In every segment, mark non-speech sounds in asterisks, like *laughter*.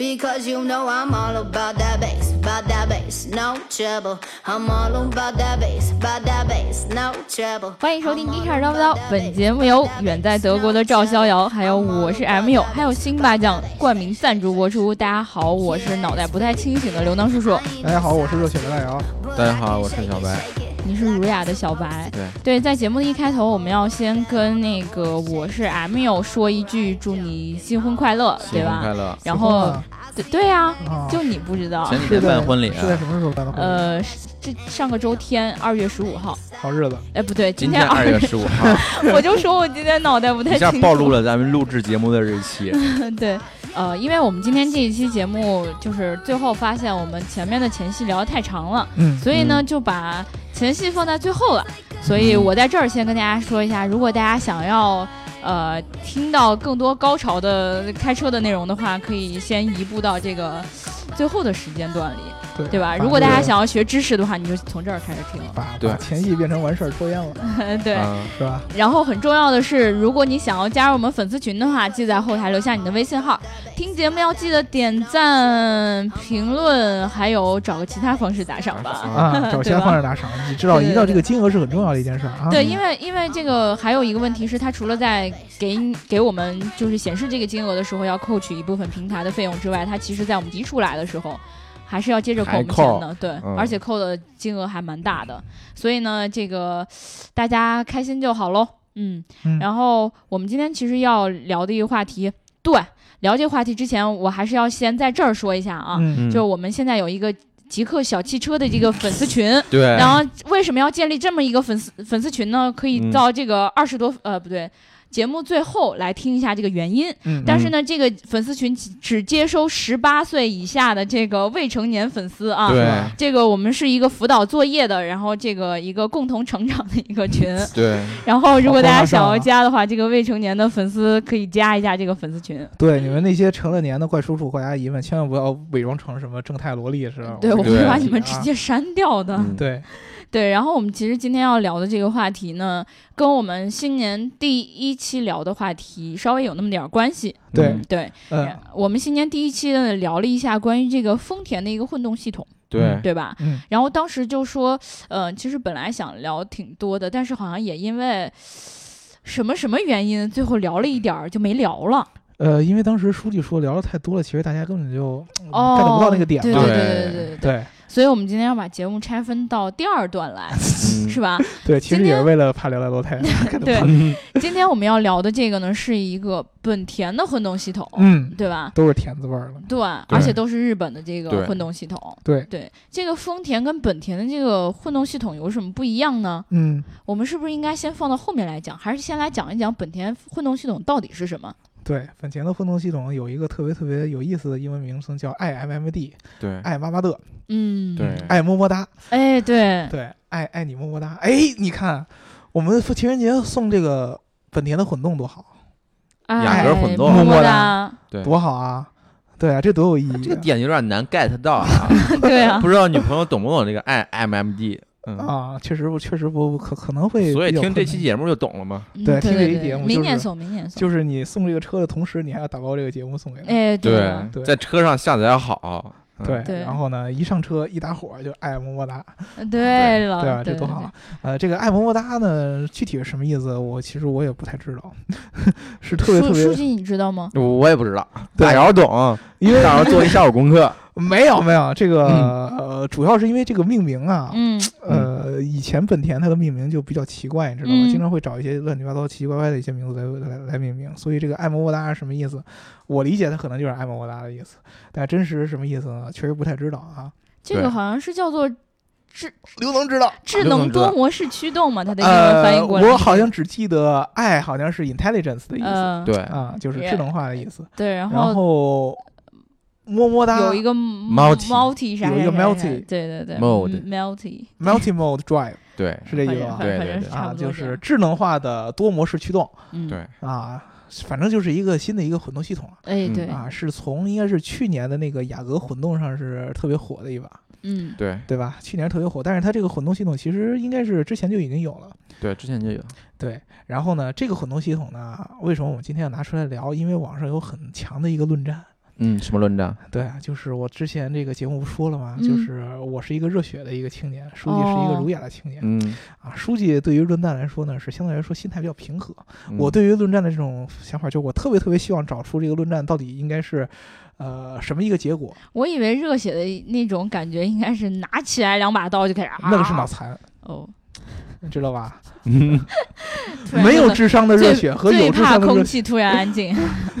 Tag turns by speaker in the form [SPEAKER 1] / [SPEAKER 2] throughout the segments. [SPEAKER 1] Because you know I'm all about that bass, about that bass, no trouble. I'm all about that bass, about that bass, no trouble.
[SPEAKER 2] 欢迎收听《一开始叨不叨》，本节目由远在德国的赵逍遥，还有我是 M 友，还有辛巴酱冠名赞助播出。大家好，我是脑袋不太清醒的刘能叔叔，
[SPEAKER 3] 大家好，我是热血的赖瑶。
[SPEAKER 4] 大家好我是小白。
[SPEAKER 2] 你是儒雅的小白。
[SPEAKER 4] 对
[SPEAKER 2] 对，在节目的一开头，我们要先跟那个我是 M 友说一句，祝你新婚快乐，对
[SPEAKER 4] 新婚
[SPEAKER 2] 吧
[SPEAKER 4] 快？乐！
[SPEAKER 2] 然后对对呀、
[SPEAKER 3] 啊，
[SPEAKER 2] 就你不知道，
[SPEAKER 4] 前几
[SPEAKER 3] 是
[SPEAKER 4] 天
[SPEAKER 3] 在
[SPEAKER 4] 办婚礼啊
[SPEAKER 3] 是，在什么时候办的婚礼？
[SPEAKER 2] 呃，是这上个周天二月十五号，
[SPEAKER 3] 好日子，
[SPEAKER 2] 哎，不对，
[SPEAKER 4] 今
[SPEAKER 2] 天
[SPEAKER 4] 天
[SPEAKER 2] 二
[SPEAKER 4] 二月十五号，
[SPEAKER 2] *laughs* 我就说我今天脑袋不
[SPEAKER 3] *laughs*
[SPEAKER 2] 太清
[SPEAKER 4] 一下
[SPEAKER 2] 楚，
[SPEAKER 4] 暴露了咱们录制节目的日期。
[SPEAKER 2] 对，呃，因为我们今天这一期节目，就是最后发现我们前面的前戏聊得太长了，
[SPEAKER 3] 嗯，
[SPEAKER 2] 所以呢
[SPEAKER 4] 嗯
[SPEAKER 2] 就把前戏放在最后了。所以我在这儿先跟大家说一下，如果大家想要呃听到更多高潮的开车的内容的话，可以先移步到这个最后的时间段里，
[SPEAKER 3] 对
[SPEAKER 2] 对吧？
[SPEAKER 3] 把
[SPEAKER 2] 如果大
[SPEAKER 3] 这
[SPEAKER 2] 家
[SPEAKER 3] 个
[SPEAKER 2] 想要学知识的话，你就从这儿开始听了。
[SPEAKER 3] 把
[SPEAKER 4] 对
[SPEAKER 3] 把前戏变成完事儿抽烟了，
[SPEAKER 2] 对，
[SPEAKER 4] 啊
[SPEAKER 3] 是吧？
[SPEAKER 2] 然后很重要的是，如果你想要加入我们粉丝群的话，记得在后台留下你的微信号。听节目要记得点赞、评论，还有找个其他方式打赏吧。 *laughs*
[SPEAKER 3] 啊，找其他方式打赏，你知道
[SPEAKER 2] 对对
[SPEAKER 3] 一到这个金额是很重要的一件事儿啊。
[SPEAKER 2] 对，因为因为这个还有一个问题是，它除了在给你给我们就是显示这个金额的时候要扣取一部分平台的费用之外，它其实在我们提出来的时候，还是要接着扣我们钱的。对，
[SPEAKER 4] 嗯
[SPEAKER 2] 而且扣的金额还蛮大的，所以呢，这个大家开心就好喽。嗯，
[SPEAKER 3] 嗯
[SPEAKER 2] 然后我们今天其实要聊的一个话题，对，聊这个话题之前，我还是要先在这儿说一下啊，
[SPEAKER 3] 嗯，
[SPEAKER 4] 嗯
[SPEAKER 2] 就我们现在有一个极客小汽车的这个粉丝群，
[SPEAKER 4] 对，
[SPEAKER 2] 然后为什么要建立这么一个粉丝粉丝群呢？可以
[SPEAKER 4] 嗯
[SPEAKER 2] 到这个二十多、呃不对，节目最后来听一下这个原因。
[SPEAKER 3] 嗯
[SPEAKER 2] 但是呢，这个粉丝群只只接收十八岁以下的这个未成年粉丝啊。
[SPEAKER 4] 对
[SPEAKER 3] 啊
[SPEAKER 2] 这个我们是一个辅导作业的，然后这个一个共同成长的一个
[SPEAKER 4] *laughs*
[SPEAKER 2] 群。
[SPEAKER 4] 对，
[SPEAKER 2] 然后如果大家
[SPEAKER 3] 好高大
[SPEAKER 2] 想
[SPEAKER 3] 上啊
[SPEAKER 2] 要加的话，这个未成年的粉丝可以加一下这个粉丝群。
[SPEAKER 3] 对你们那些成了年的怪叔叔、怪阿姨们，千万不要伪装成什么正太萝莉似的。
[SPEAKER 2] 对，我
[SPEAKER 4] 对
[SPEAKER 2] 会把
[SPEAKER 4] 啊
[SPEAKER 2] 你们直接删掉的。
[SPEAKER 4] 嗯
[SPEAKER 3] 对，
[SPEAKER 2] 对，然后我们其实今天要聊的这个话题呢，跟我们新年第一期聊的话题稍微有那么点儿关系。
[SPEAKER 3] 对
[SPEAKER 4] 嗯
[SPEAKER 2] 对，
[SPEAKER 3] 嗯
[SPEAKER 2] 我们新年第一期呢聊了一下关于这个丰田的一个混动系统，
[SPEAKER 4] 对，
[SPEAKER 2] 对吧？
[SPEAKER 3] 嗯，
[SPEAKER 2] 然后当时就说，呃，其实本来想聊挺多的，但是好像也因为什么什么原因，最后聊了一点儿就没聊了。
[SPEAKER 3] 呃，因为当时书记说聊的太多了，其实大家根本就
[SPEAKER 2] 哦
[SPEAKER 3] get 不嗯到那个点
[SPEAKER 2] 对
[SPEAKER 3] 嘛
[SPEAKER 2] 对
[SPEAKER 4] 对。
[SPEAKER 2] 对对对对。
[SPEAKER 3] 对
[SPEAKER 2] 所以我们今天要把节目拆分到第二段
[SPEAKER 3] *laughs*
[SPEAKER 2] 来，是吧？
[SPEAKER 3] 对，其实
[SPEAKER 2] 今天
[SPEAKER 3] 也是为了怕聊
[SPEAKER 2] *laughs*
[SPEAKER 3] 太多太 get 不
[SPEAKER 2] 对
[SPEAKER 3] 到。 *laughs*
[SPEAKER 4] 嗯
[SPEAKER 2] *laughs* 今天我们要聊的这个呢，是一个本田的混动系统，
[SPEAKER 3] 嗯，
[SPEAKER 2] 对吧？
[SPEAKER 3] 都是甜滋味儿的。
[SPEAKER 2] 对，而且都是日本的这个
[SPEAKER 4] 对
[SPEAKER 2] 混动系统。
[SPEAKER 3] 对
[SPEAKER 2] 这个丰田跟本田的这个混动系统有什么不一样呢？
[SPEAKER 3] 嗯，
[SPEAKER 2] 我们是不是应该先放到后面来讲，还是先来讲一讲本田混动系统到底是什么？
[SPEAKER 3] 对，本田的混动系统有一个特别特别有意思的英文名称叫 iMMD，
[SPEAKER 4] 对
[SPEAKER 3] 爱妈妈的，
[SPEAKER 2] 嗯，
[SPEAKER 4] 对，
[SPEAKER 3] 爱么么哒，
[SPEAKER 2] 哎，对，
[SPEAKER 3] 对，爱爱你么么哒。哎，你看，我们情人节送这个本田的混动多好，
[SPEAKER 2] 哎，
[SPEAKER 4] 雅阁混动
[SPEAKER 2] 么
[SPEAKER 3] 么么
[SPEAKER 2] 哒，
[SPEAKER 4] 对
[SPEAKER 3] 多好啊！对啊，这多有意义
[SPEAKER 4] 这个点有点难 get 到
[SPEAKER 3] *laughs*
[SPEAKER 4] 啊，
[SPEAKER 2] *laughs* 对啊
[SPEAKER 4] 不，知道女朋友懂不懂这个 I M M D，嗯，
[SPEAKER 3] 啊！确实不，确实不可可能会。
[SPEAKER 4] 所以听这期，节目就懂了嘛。
[SPEAKER 2] 嗯
[SPEAKER 3] 对
[SPEAKER 2] 对
[SPEAKER 3] 听这
[SPEAKER 2] 对
[SPEAKER 3] 一节目
[SPEAKER 2] 明
[SPEAKER 3] 就是
[SPEAKER 2] 年送，明年送，
[SPEAKER 3] 就是你送这个车的同时，你还要打包这个节目送给他。
[SPEAKER 2] 哎，的
[SPEAKER 3] 对
[SPEAKER 4] 在车上下载好，嗯
[SPEAKER 3] 对，
[SPEAKER 2] 对
[SPEAKER 3] 然后呢，一上车一打火就爱么么哒，
[SPEAKER 2] 对了，
[SPEAKER 3] 对吧？
[SPEAKER 2] 对
[SPEAKER 3] 这多好
[SPEAKER 2] 对
[SPEAKER 3] 啊！呃，这个爱么么哒呢，具体是什么意思？我其实我也不太知道， *laughs* 是特别特
[SPEAKER 2] 书书
[SPEAKER 3] 别
[SPEAKER 2] 记，你知道吗？
[SPEAKER 4] 我也不知道，
[SPEAKER 3] 对
[SPEAKER 4] 大姚懂，
[SPEAKER 3] 因为
[SPEAKER 4] 大姚做一下午功
[SPEAKER 3] *laughs*
[SPEAKER 4] 课，
[SPEAKER 3] 没有没有这个、呃，主要是因为这个命名啊，
[SPEAKER 2] 嗯，
[SPEAKER 3] 呃，以前本田它的命名就比较奇怪，你知道吗？
[SPEAKER 2] 嗯
[SPEAKER 3] 经常会找一些乱七八糟、奇奇怪怪的一些名字来来来命名，所以这个爱莫沃达是什么意思？我理解它可能就是爱莫沃达的意思，但真实是什么意思呢？确实不太知道啊。
[SPEAKER 2] 这个
[SPEAKER 4] 对
[SPEAKER 2] 好像是叫做
[SPEAKER 3] 刘能知道，
[SPEAKER 2] 智
[SPEAKER 4] 就能
[SPEAKER 2] 能
[SPEAKER 4] 知道
[SPEAKER 2] 多模式驱动嘛，它的英文翻
[SPEAKER 3] 呃，
[SPEAKER 2] 译过来，
[SPEAKER 3] 我好像只记得爱好像是 intelligence 的意思、
[SPEAKER 2] 嗯，
[SPEAKER 4] 对，
[SPEAKER 3] 啊，就是智能化的意思。
[SPEAKER 2] 对，然
[SPEAKER 3] 然
[SPEAKER 2] 后
[SPEAKER 3] 后么么哒
[SPEAKER 2] 有一个
[SPEAKER 4] Multi
[SPEAKER 2] multi 啥啥啥
[SPEAKER 3] 有一个
[SPEAKER 2] 啥
[SPEAKER 3] Multi
[SPEAKER 2] 对对对
[SPEAKER 4] Mode
[SPEAKER 2] ，multi
[SPEAKER 3] multi mode
[SPEAKER 2] *laughs*
[SPEAKER 3] drive
[SPEAKER 4] 对，
[SPEAKER 3] 是这意
[SPEAKER 2] 反
[SPEAKER 3] 思
[SPEAKER 2] 正
[SPEAKER 3] 吧？
[SPEAKER 2] 反正
[SPEAKER 4] 对
[SPEAKER 2] 反
[SPEAKER 4] 对
[SPEAKER 2] 正
[SPEAKER 4] 对
[SPEAKER 2] 差
[SPEAKER 3] 啊，
[SPEAKER 2] 不多
[SPEAKER 3] 就
[SPEAKER 2] 这样
[SPEAKER 3] 是智能化的多模式驱动
[SPEAKER 2] 嗯
[SPEAKER 4] 对
[SPEAKER 3] 啊，反正就是一个新的一个混动系统
[SPEAKER 2] 哎
[SPEAKER 4] 嗯
[SPEAKER 2] 对，
[SPEAKER 3] 啊，是从应该是去年的那个雅阁混动上是特别火的一把，
[SPEAKER 2] 嗯
[SPEAKER 4] 对
[SPEAKER 3] 对吧？去年特别火，但是它这个混动系统其实应该是之前就已经有了。
[SPEAKER 4] 对，之前就有，
[SPEAKER 3] 对，然后呢，这个混动系统呢，为什么我们今天要拿出来聊？因为网上有很强的一个论战，
[SPEAKER 4] 嗯，什么论战？
[SPEAKER 3] 对，啊就是我之前这个节目不说了吗？
[SPEAKER 2] 嗯哦
[SPEAKER 3] 就是我是一个热血的一个青年，书记是一个儒雅的青年、
[SPEAKER 4] 嗯，
[SPEAKER 3] 啊。书记对于论战来说呢，是相对来说心态比较平和。*laughs*
[SPEAKER 4] 嗯
[SPEAKER 3] 我对于论战的这种想法，就是我特别特别希望找出这个论战到底应该是，呃，什么一个结果。
[SPEAKER 2] 我以为热血的那种感觉应该是拿起来两把刀就开始啊，
[SPEAKER 3] 那个是脑残，
[SPEAKER 2] 哦，
[SPEAKER 3] 你知道吧？
[SPEAKER 4] 嗯
[SPEAKER 2] 突然
[SPEAKER 3] 没有
[SPEAKER 2] 觉得
[SPEAKER 3] 智商的热
[SPEAKER 2] 最
[SPEAKER 3] 血和有
[SPEAKER 2] 最
[SPEAKER 3] 智
[SPEAKER 2] 怕
[SPEAKER 3] 商的热
[SPEAKER 2] 空
[SPEAKER 3] 血，
[SPEAKER 2] 气突然安
[SPEAKER 3] *laughs*
[SPEAKER 2] 静，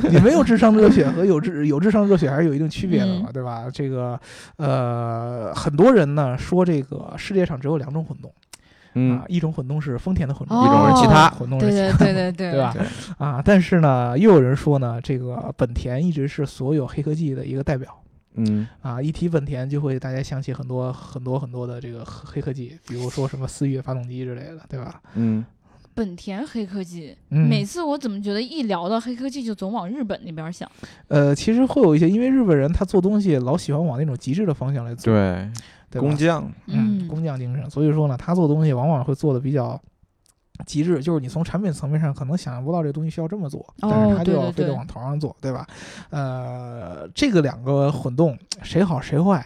[SPEAKER 3] 你没有智商的热血和有智有智商的热血还是有一定区别的嘛，
[SPEAKER 2] 嗯
[SPEAKER 3] 对吧？这个呃，很多人呢说这个世界上只有两种混动啊
[SPEAKER 4] 嗯，，
[SPEAKER 3] 一种混动是丰田的混动，
[SPEAKER 2] 哦一种是其
[SPEAKER 4] 他
[SPEAKER 3] 混动
[SPEAKER 2] 对
[SPEAKER 3] 是其
[SPEAKER 2] 对
[SPEAKER 3] 他
[SPEAKER 2] 对对对
[SPEAKER 3] 对吧？？啊，但是呢，又有人说呢，这个本田一直是所有黑科技的一个代表。
[SPEAKER 4] 嗯
[SPEAKER 3] 啊，一提本田就会大家想起很多很多很多的这个黑科技，比如说什么思域发动机之类的，对吧？
[SPEAKER 4] 嗯，
[SPEAKER 2] 本田黑科技，
[SPEAKER 3] 嗯
[SPEAKER 2] 每次我怎么觉得一聊到黑科技就总往日本那边想？
[SPEAKER 3] 呃，其实会有一些，因为日本人他做东西老喜欢往那种极致的方向来做，
[SPEAKER 4] 对，
[SPEAKER 3] 对吧
[SPEAKER 4] 工匠，
[SPEAKER 3] 嗯，工匠精神。所以说呢，他做东西往往会做的比较极致，就是你从产品层面上可能想象不到这个东西需要这么做，但
[SPEAKER 2] 哦
[SPEAKER 3] 是他就
[SPEAKER 2] 对
[SPEAKER 3] 要
[SPEAKER 2] 对
[SPEAKER 3] 非得
[SPEAKER 2] 对
[SPEAKER 3] 往头上做，对吧？呃，这个两个混动谁好谁坏，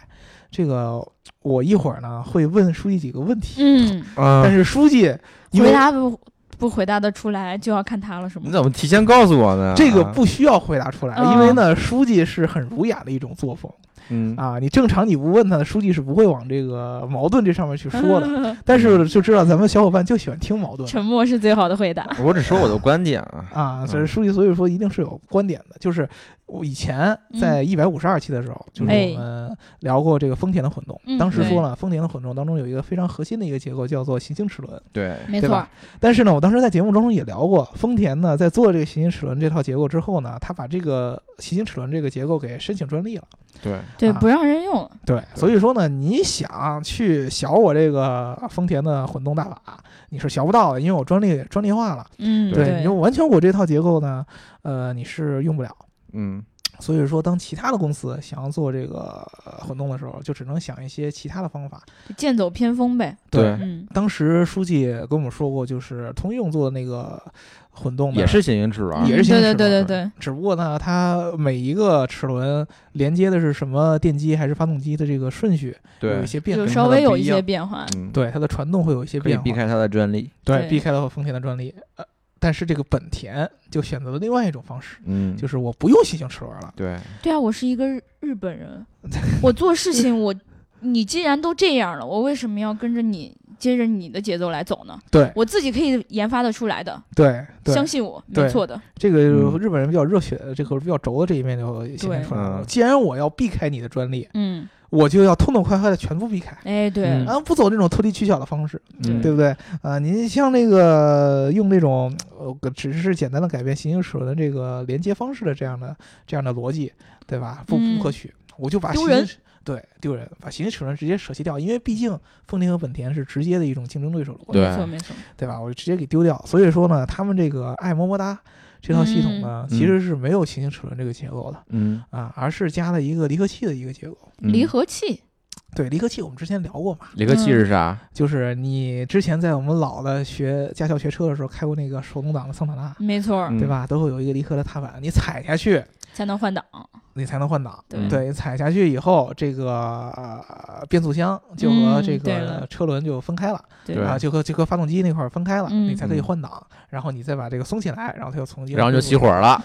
[SPEAKER 3] 这个我一会儿呢会问书记几个问题，
[SPEAKER 2] 嗯，
[SPEAKER 3] 但
[SPEAKER 4] 但
[SPEAKER 3] 是书记因
[SPEAKER 2] 回
[SPEAKER 3] 为
[SPEAKER 2] 答不不回答得出来就要看他了，是
[SPEAKER 4] 你
[SPEAKER 2] 吗？
[SPEAKER 4] 怎么提前告诉我呢？啊
[SPEAKER 3] 这个，不需要回答出来，
[SPEAKER 2] 啊
[SPEAKER 3] 因为呢，书记是很儒雅的一种作风
[SPEAKER 4] 嗯
[SPEAKER 3] 啊。你正常你不问他，书记是不会往这个矛盾这上面去说
[SPEAKER 2] *laughs*
[SPEAKER 3] 的。
[SPEAKER 2] 的，
[SPEAKER 3] 但是就知道咱们小伙伴就喜欢听矛盾
[SPEAKER 2] 沉默是最好的回答。
[SPEAKER 4] 我只说我的观点啊，
[SPEAKER 3] *laughs* 啊，所以书记所以说一定是有观点的。就是我以前在一百五十二期的时候，就是
[SPEAKER 2] 嗯哎
[SPEAKER 3] 我们聊过这个丰田的混动，
[SPEAKER 2] 嗯
[SPEAKER 3] 当时说了，丰田的混动当中有一个非常核心的一个结构叫做行星齿轮。
[SPEAKER 4] 对，
[SPEAKER 2] 没
[SPEAKER 3] 对
[SPEAKER 2] 错
[SPEAKER 3] 吧
[SPEAKER 2] 儿，
[SPEAKER 3] 但是呢，我当时在节目当中也聊过，丰田呢在做这个行星齿轮这套结构之后呢，他把这个行星齿轮这个结构给申请专利了。
[SPEAKER 4] 对，
[SPEAKER 2] 对，
[SPEAKER 3] 啊
[SPEAKER 2] 不让人用，
[SPEAKER 3] 对，所以说呢，你想去小我这个丰田的混动大法，你是学不到的，因为我专利专利化了。
[SPEAKER 2] 嗯，
[SPEAKER 4] 对
[SPEAKER 3] 你就完全我这套结构呢，呃，你是用不了。
[SPEAKER 4] 嗯
[SPEAKER 3] 所以说，当其他的公司想要做这个呃混动的时候，就只能想一些其他的方法。
[SPEAKER 2] 剑走偏锋呗，
[SPEAKER 4] 对，
[SPEAKER 2] 嗯，
[SPEAKER 3] 当时书记跟我们说过，就是通用做的那个混动呢
[SPEAKER 4] 也是行星齿轮，
[SPEAKER 3] 也是行
[SPEAKER 2] 嗯对对
[SPEAKER 3] 驶嘛
[SPEAKER 2] 对对对，
[SPEAKER 3] 只不过呢，它每一个齿轮连接的是什么电机还是发动机的这个顺序有
[SPEAKER 4] 对嗯
[SPEAKER 3] 一，些变
[SPEAKER 2] 就
[SPEAKER 3] 化，
[SPEAKER 2] 稍微有一
[SPEAKER 4] 跟它
[SPEAKER 2] 些
[SPEAKER 4] 的
[SPEAKER 2] 变化，
[SPEAKER 4] 嗯，
[SPEAKER 3] 对它的传动会有一些
[SPEAKER 4] 可以
[SPEAKER 3] 变化，
[SPEAKER 4] 避开它的专利，
[SPEAKER 3] 对
[SPEAKER 2] 对
[SPEAKER 3] 避开了丰田的专利。呃，但是这个本田就选择了另外一种方式，
[SPEAKER 4] 嗯，
[SPEAKER 3] 就是我不用新型齿轮了。
[SPEAKER 4] 对，
[SPEAKER 2] 对啊，我是一个日日本
[SPEAKER 3] *laughs*
[SPEAKER 2] 人，我做事情我，你既然都这样了，我为什么要跟着你接着你的节奏来走呢？
[SPEAKER 3] 对
[SPEAKER 2] 我自己可以研发的出来的，
[SPEAKER 3] 对对
[SPEAKER 2] 相，信我，没
[SPEAKER 3] 对
[SPEAKER 2] 错的。
[SPEAKER 3] 这个
[SPEAKER 4] 嗯
[SPEAKER 3] 日本人比较热血，这个比较轴的这一面就显现出来了。
[SPEAKER 4] 嗯
[SPEAKER 3] 既然我要避开你的专利，
[SPEAKER 2] 嗯，
[SPEAKER 3] 我就要痛痛快快的全部避开，
[SPEAKER 2] 哎，对，
[SPEAKER 4] 嗯
[SPEAKER 3] 啊，不走这种脱离取巧的方式。
[SPEAKER 4] 嗯
[SPEAKER 3] 对不对？啊，您像那个用那种呃，只是简单的改变行星齿轮的这个连接方式的这样的这样的逻辑，对吧？不
[SPEAKER 2] 嗯
[SPEAKER 3] 不可取，我就把
[SPEAKER 2] 丢
[SPEAKER 3] 行星
[SPEAKER 2] 人
[SPEAKER 3] 齿对丢人，把行星齿轮直接舍弃掉，因为毕竟丰田和本田是直接的一种竞争对手的关系，
[SPEAKER 2] 没
[SPEAKER 4] 对
[SPEAKER 2] 错没错，
[SPEAKER 3] 对吧？我就直接给丢掉。所以说呢，他们这个爱么么哒这套系统呢，
[SPEAKER 4] 嗯
[SPEAKER 3] 其实是没有行星齿轮这个结构的
[SPEAKER 4] 嗯，
[SPEAKER 3] 啊，而是加了一个离合器的一个结构。
[SPEAKER 4] 嗯
[SPEAKER 2] 离合器，
[SPEAKER 3] 对，离合器我们之前聊过嘛，
[SPEAKER 4] 离合器是啥？
[SPEAKER 3] 就是你之前在我们老的学驾校学车的时候开过那个手动挡的桑塔纳，
[SPEAKER 2] 没错儿，
[SPEAKER 4] 嗯
[SPEAKER 3] 对？吧？都会有一个离合的踏板，你踩下去，
[SPEAKER 2] 才能换挡。
[SPEAKER 3] 你才能换挡。
[SPEAKER 2] 对
[SPEAKER 3] 对，你踩下去以后，这个、呃、变速箱就和
[SPEAKER 2] 嗯
[SPEAKER 3] 这
[SPEAKER 2] 对
[SPEAKER 3] 个
[SPEAKER 2] 了
[SPEAKER 3] 车轮就分开了，
[SPEAKER 2] 对
[SPEAKER 3] 啊，就和就和发动机那块儿分开了，
[SPEAKER 2] 嗯
[SPEAKER 3] 你才可以
[SPEAKER 4] 嗯
[SPEAKER 3] 换挡，然后你再把这个松起来，然后它又重新，
[SPEAKER 4] 然后就熄火了，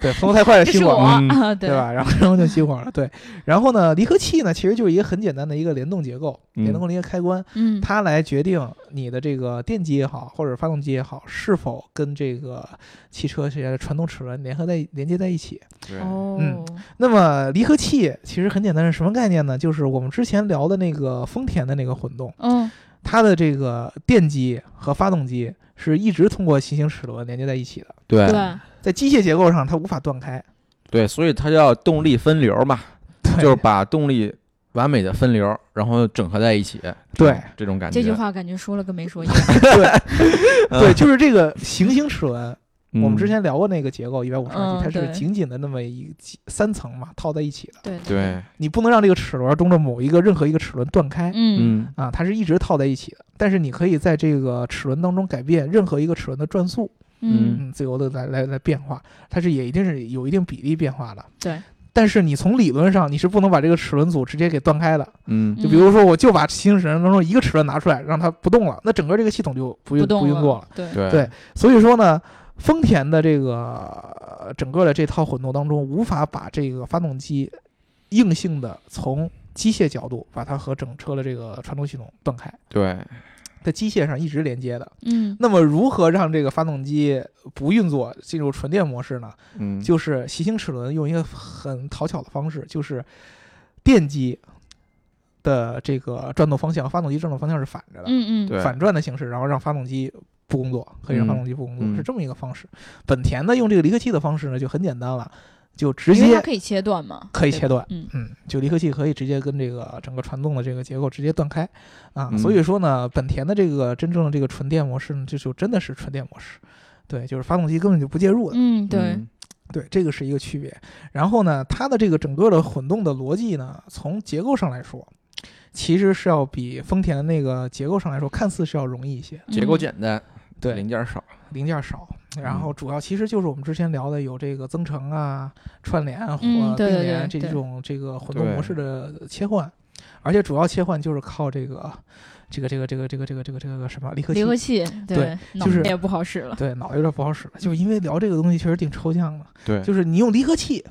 [SPEAKER 3] 对，松得太快
[SPEAKER 4] *laughs*
[SPEAKER 3] 了
[SPEAKER 2] 这
[SPEAKER 3] 熄
[SPEAKER 2] 是
[SPEAKER 3] 火
[SPEAKER 2] 我
[SPEAKER 3] 了。
[SPEAKER 4] 嗯
[SPEAKER 2] 啊，对
[SPEAKER 3] 对吧？然后然后就熄火了，对。然后呢，离合器呢，其实就是一个很简单的一个联动结构，
[SPEAKER 4] 嗯
[SPEAKER 3] 联动的一个开关，
[SPEAKER 2] 嗯，
[SPEAKER 3] 它来决定你的这个电机也好，或者发动机也好，是否跟这个汽车这些传统齿轮联合在连接在一起。
[SPEAKER 4] 对
[SPEAKER 2] 哦，
[SPEAKER 3] 嗯那么离合器其实很简单，是什么概念呢？就是我们之前聊的那个丰田的那个混动，
[SPEAKER 2] 嗯，
[SPEAKER 3] 它的这个电机和发动机是一直通过行星齿轮连接在一起的，
[SPEAKER 4] 对
[SPEAKER 2] 对，
[SPEAKER 3] 在机械结构上它无法断开。
[SPEAKER 4] 对，所以它叫动力分流嘛，
[SPEAKER 3] 对，
[SPEAKER 4] 就是把动力完美的分流，然后整合在一起。这种
[SPEAKER 3] 对
[SPEAKER 4] 这种感觉。
[SPEAKER 2] 这句话感觉说了跟没说一样。
[SPEAKER 3] 对，就是这个呃行星齿轮。
[SPEAKER 4] 嗯，
[SPEAKER 3] 我们之前聊过那个结构，一百五十二
[SPEAKER 2] 嗯
[SPEAKER 3] 它是
[SPEAKER 2] 对
[SPEAKER 3] 紧紧的那么一几三层嘛，套在一起的。
[SPEAKER 2] 对，
[SPEAKER 4] 对，
[SPEAKER 3] 你不能让这个齿轮中的某一个任何一个齿轮断开
[SPEAKER 2] 嗯，
[SPEAKER 4] 嗯
[SPEAKER 3] 啊，它是一直套在一起的。但是你可以在这个齿轮当中改变任何一个齿轮的转速，
[SPEAKER 2] 嗯，
[SPEAKER 3] 嗯，自由的来来来变化，它是也一定是有一定比例变化的。
[SPEAKER 2] 对，
[SPEAKER 3] 但是你从理论上你是不能把这个齿轮组直接给断开的。
[SPEAKER 4] 嗯
[SPEAKER 3] 就比如说，我就把新齿轮当中一个齿轮拿出来，让它不动了，那整个这个系统就不运
[SPEAKER 2] 不动
[SPEAKER 3] 运作了
[SPEAKER 2] 了。，对，
[SPEAKER 4] 对
[SPEAKER 3] 对所以说呢，丰田的这个呃整个的这套混动当中，无法把这个发动机硬性的从机械角度把它和整车的这个传动系统断开，
[SPEAKER 4] 对，
[SPEAKER 3] 在机械上一直连接的。
[SPEAKER 2] 嗯，
[SPEAKER 3] 那么如何让这个发动机不运作进入纯电模式呢？
[SPEAKER 4] 嗯，
[SPEAKER 3] 就是习星齿轮用一个很讨巧的方式，就是电机的这个转动方向，发动机转动方向是反着的，
[SPEAKER 2] 嗯嗯，
[SPEAKER 4] 对
[SPEAKER 3] 反转的形式，然后让发动机不工作，可以让发
[SPEAKER 4] 嗯
[SPEAKER 3] 动机不工作，
[SPEAKER 4] 嗯
[SPEAKER 3] 是这么一个方式。本田呢用这个离合器的方式呢就很简单了，就直
[SPEAKER 2] 因为它
[SPEAKER 3] 接
[SPEAKER 2] 可以切断嘛，
[SPEAKER 3] 可以
[SPEAKER 2] 对
[SPEAKER 3] 切断
[SPEAKER 2] 吧，嗯
[SPEAKER 3] 嗯，就离合器可以直接跟这个整个传动的这个结构直接断开啊，
[SPEAKER 4] 嗯
[SPEAKER 3] 所以说呢，本田的这个真正的这个纯电模式呢，这就真的是纯电模式，对，就是发动机根本就不介入的，
[SPEAKER 2] 嗯，对，
[SPEAKER 4] 嗯
[SPEAKER 3] 对，这个是一个区别。然后呢，它的这个整个的混动的逻辑呢，从结构上来说，其实是要比丰田的那个结构上来说，看似是要容易一些，
[SPEAKER 4] 结
[SPEAKER 2] 嗯
[SPEAKER 4] 构简单，
[SPEAKER 3] 对，
[SPEAKER 4] 零件少，
[SPEAKER 3] 零件少，然
[SPEAKER 4] 嗯
[SPEAKER 3] 后主要其实就是我们之前聊的有这个增程啊、串联
[SPEAKER 2] 嗯
[SPEAKER 3] 啊、或
[SPEAKER 2] 对
[SPEAKER 3] 并
[SPEAKER 2] 对
[SPEAKER 3] 联这
[SPEAKER 2] 对对
[SPEAKER 3] 种这个混动模
[SPEAKER 4] 对
[SPEAKER 3] 式的切换，而且主要切换就是靠这个这个这个这个这个这个这个这个什么离
[SPEAKER 2] 嗯
[SPEAKER 3] 合器
[SPEAKER 2] 离。合器，
[SPEAKER 3] 对，
[SPEAKER 2] 脑
[SPEAKER 3] 就是
[SPEAKER 2] 子也不好使了，
[SPEAKER 3] 对，脑子有点不好使了，就是因为聊这个东西确实挺抽象的。
[SPEAKER 4] 对
[SPEAKER 3] 就是你用离合器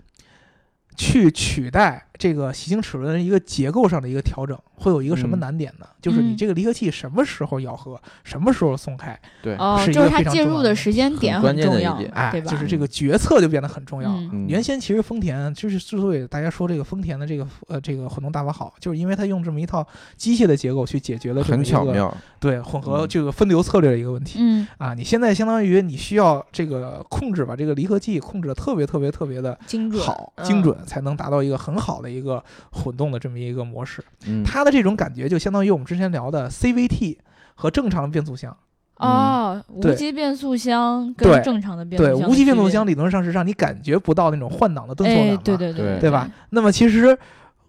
[SPEAKER 3] 去取代这个习性齿轮一个结构上的一个调整，会有一个什么
[SPEAKER 4] 嗯
[SPEAKER 3] 难点呢？就是你
[SPEAKER 2] 嗯
[SPEAKER 3] 这个离合器什么时候咬合，什么时候松开，
[SPEAKER 4] 对，
[SPEAKER 2] 哦，
[SPEAKER 3] 是一
[SPEAKER 2] 就
[SPEAKER 3] 个
[SPEAKER 2] 是它
[SPEAKER 3] 非常
[SPEAKER 2] 介
[SPEAKER 3] 重要
[SPEAKER 2] 入
[SPEAKER 3] 的
[SPEAKER 2] 的时间点
[SPEAKER 4] 很关
[SPEAKER 2] 很
[SPEAKER 4] 键的
[SPEAKER 2] 重
[SPEAKER 4] 一
[SPEAKER 2] 要
[SPEAKER 4] 点，
[SPEAKER 3] 哎
[SPEAKER 2] 对，吧
[SPEAKER 3] 就是这个决策就变得很重要了。
[SPEAKER 2] 嗯
[SPEAKER 4] 嗯
[SPEAKER 3] 原先其实丰田就是之所以大家说这个丰田的这个呃这个混动大法好，就是因为它用这么一套机械的结构去解决了这么
[SPEAKER 4] 很
[SPEAKER 3] 一
[SPEAKER 4] 巧
[SPEAKER 3] 个
[SPEAKER 4] 妙，
[SPEAKER 3] 对混合
[SPEAKER 4] 嗯
[SPEAKER 3] 这个分流策略的一个问题、
[SPEAKER 2] 嗯，
[SPEAKER 3] 啊。你现在相当于你需要这个控制把这个离合器控制的特别特别特别的
[SPEAKER 2] 精准，
[SPEAKER 3] 好
[SPEAKER 2] 嗯
[SPEAKER 3] 精，准，才能达到一个很好的一个混动的这么一个模式。
[SPEAKER 4] 嗯，
[SPEAKER 3] 它的这种感觉就相当于我们之前聊的 CVT 和正常变速箱。
[SPEAKER 2] 哦，无
[SPEAKER 3] 对
[SPEAKER 2] 级变速箱
[SPEAKER 3] 对
[SPEAKER 2] 跟正常的变速
[SPEAKER 3] 对，
[SPEAKER 2] 箱的
[SPEAKER 3] 无级变速箱
[SPEAKER 2] 区
[SPEAKER 3] 理论上是让你感觉不到那种换挡的
[SPEAKER 2] 别，
[SPEAKER 3] 顿挫感
[SPEAKER 2] 哎
[SPEAKER 3] 嘛。，
[SPEAKER 2] 对对对
[SPEAKER 4] 对
[SPEAKER 3] 对吧？那么其实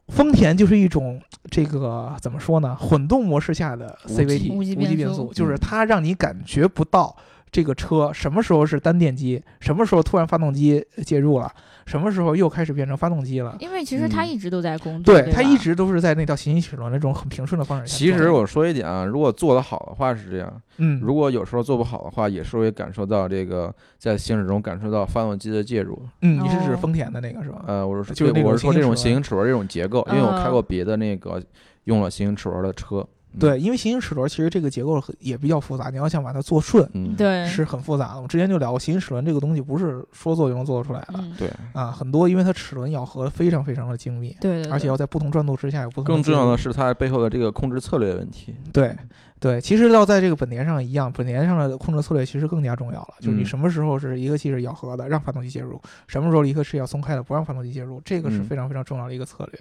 [SPEAKER 3] 丰田就是一种这个怎么说呢？混动模式下的
[SPEAKER 4] 无级
[SPEAKER 3] CVT
[SPEAKER 2] 无级
[SPEAKER 3] 无级
[SPEAKER 2] 变
[SPEAKER 3] 变
[SPEAKER 2] 速嗯
[SPEAKER 3] 速，就是它让你感觉不到这个车什么时候是单电机，什么时候突然发动机介入了，什么时候又开始变成发动机了。
[SPEAKER 2] 因为其实它
[SPEAKER 4] 嗯
[SPEAKER 2] 一直都在工作，
[SPEAKER 3] 对，
[SPEAKER 2] 对，
[SPEAKER 3] 它一。直都是在那条行星齿轮那种很平顺的方式下做
[SPEAKER 4] 其
[SPEAKER 3] 的。
[SPEAKER 4] 实我说一点啊，如果做得好的话是这样，
[SPEAKER 3] 嗯，
[SPEAKER 4] 如果有时候做不好的话，也是会感受到这个在行驶中感受到发动机的介入。
[SPEAKER 3] 嗯，你是指
[SPEAKER 2] 哦
[SPEAKER 3] 丰田的那个是吧？
[SPEAKER 4] 呃，我是
[SPEAKER 3] 就是
[SPEAKER 4] 对
[SPEAKER 3] 那种行
[SPEAKER 4] 我是说这
[SPEAKER 3] 驶
[SPEAKER 4] 种
[SPEAKER 3] 车
[SPEAKER 4] 行驶齿轮这种结构，因为我
[SPEAKER 2] 嗯
[SPEAKER 4] 开过别的那个用了行驶齿轮的车。嗯，
[SPEAKER 3] 对，因为行星齿轮其实这个结构很也比较复杂，你要想把它做顺
[SPEAKER 4] 嗯，
[SPEAKER 2] 对，
[SPEAKER 3] 是很复杂的。我之前就聊过，行星齿轮这个东西不是说做就能做得出来的。
[SPEAKER 2] 嗯，
[SPEAKER 4] 对，
[SPEAKER 3] 啊，很多因为它齿轮咬合非常非常的精密，
[SPEAKER 2] 对对，
[SPEAKER 3] 而且
[SPEAKER 2] 对
[SPEAKER 3] 要在不同转度之下有不同。
[SPEAKER 4] 更重要的，是它背后的这个控制策略问题。
[SPEAKER 3] 对对，其实要在这个本田上一样，本田上的控制策略其实更加重要了，就是你
[SPEAKER 4] 嗯
[SPEAKER 3] 什么时候是离合器是咬合的，让发动机介入；什么时候离合器要松开的，不让发动机介入，这个是
[SPEAKER 4] 嗯
[SPEAKER 3] 非常非常重要的一个策略。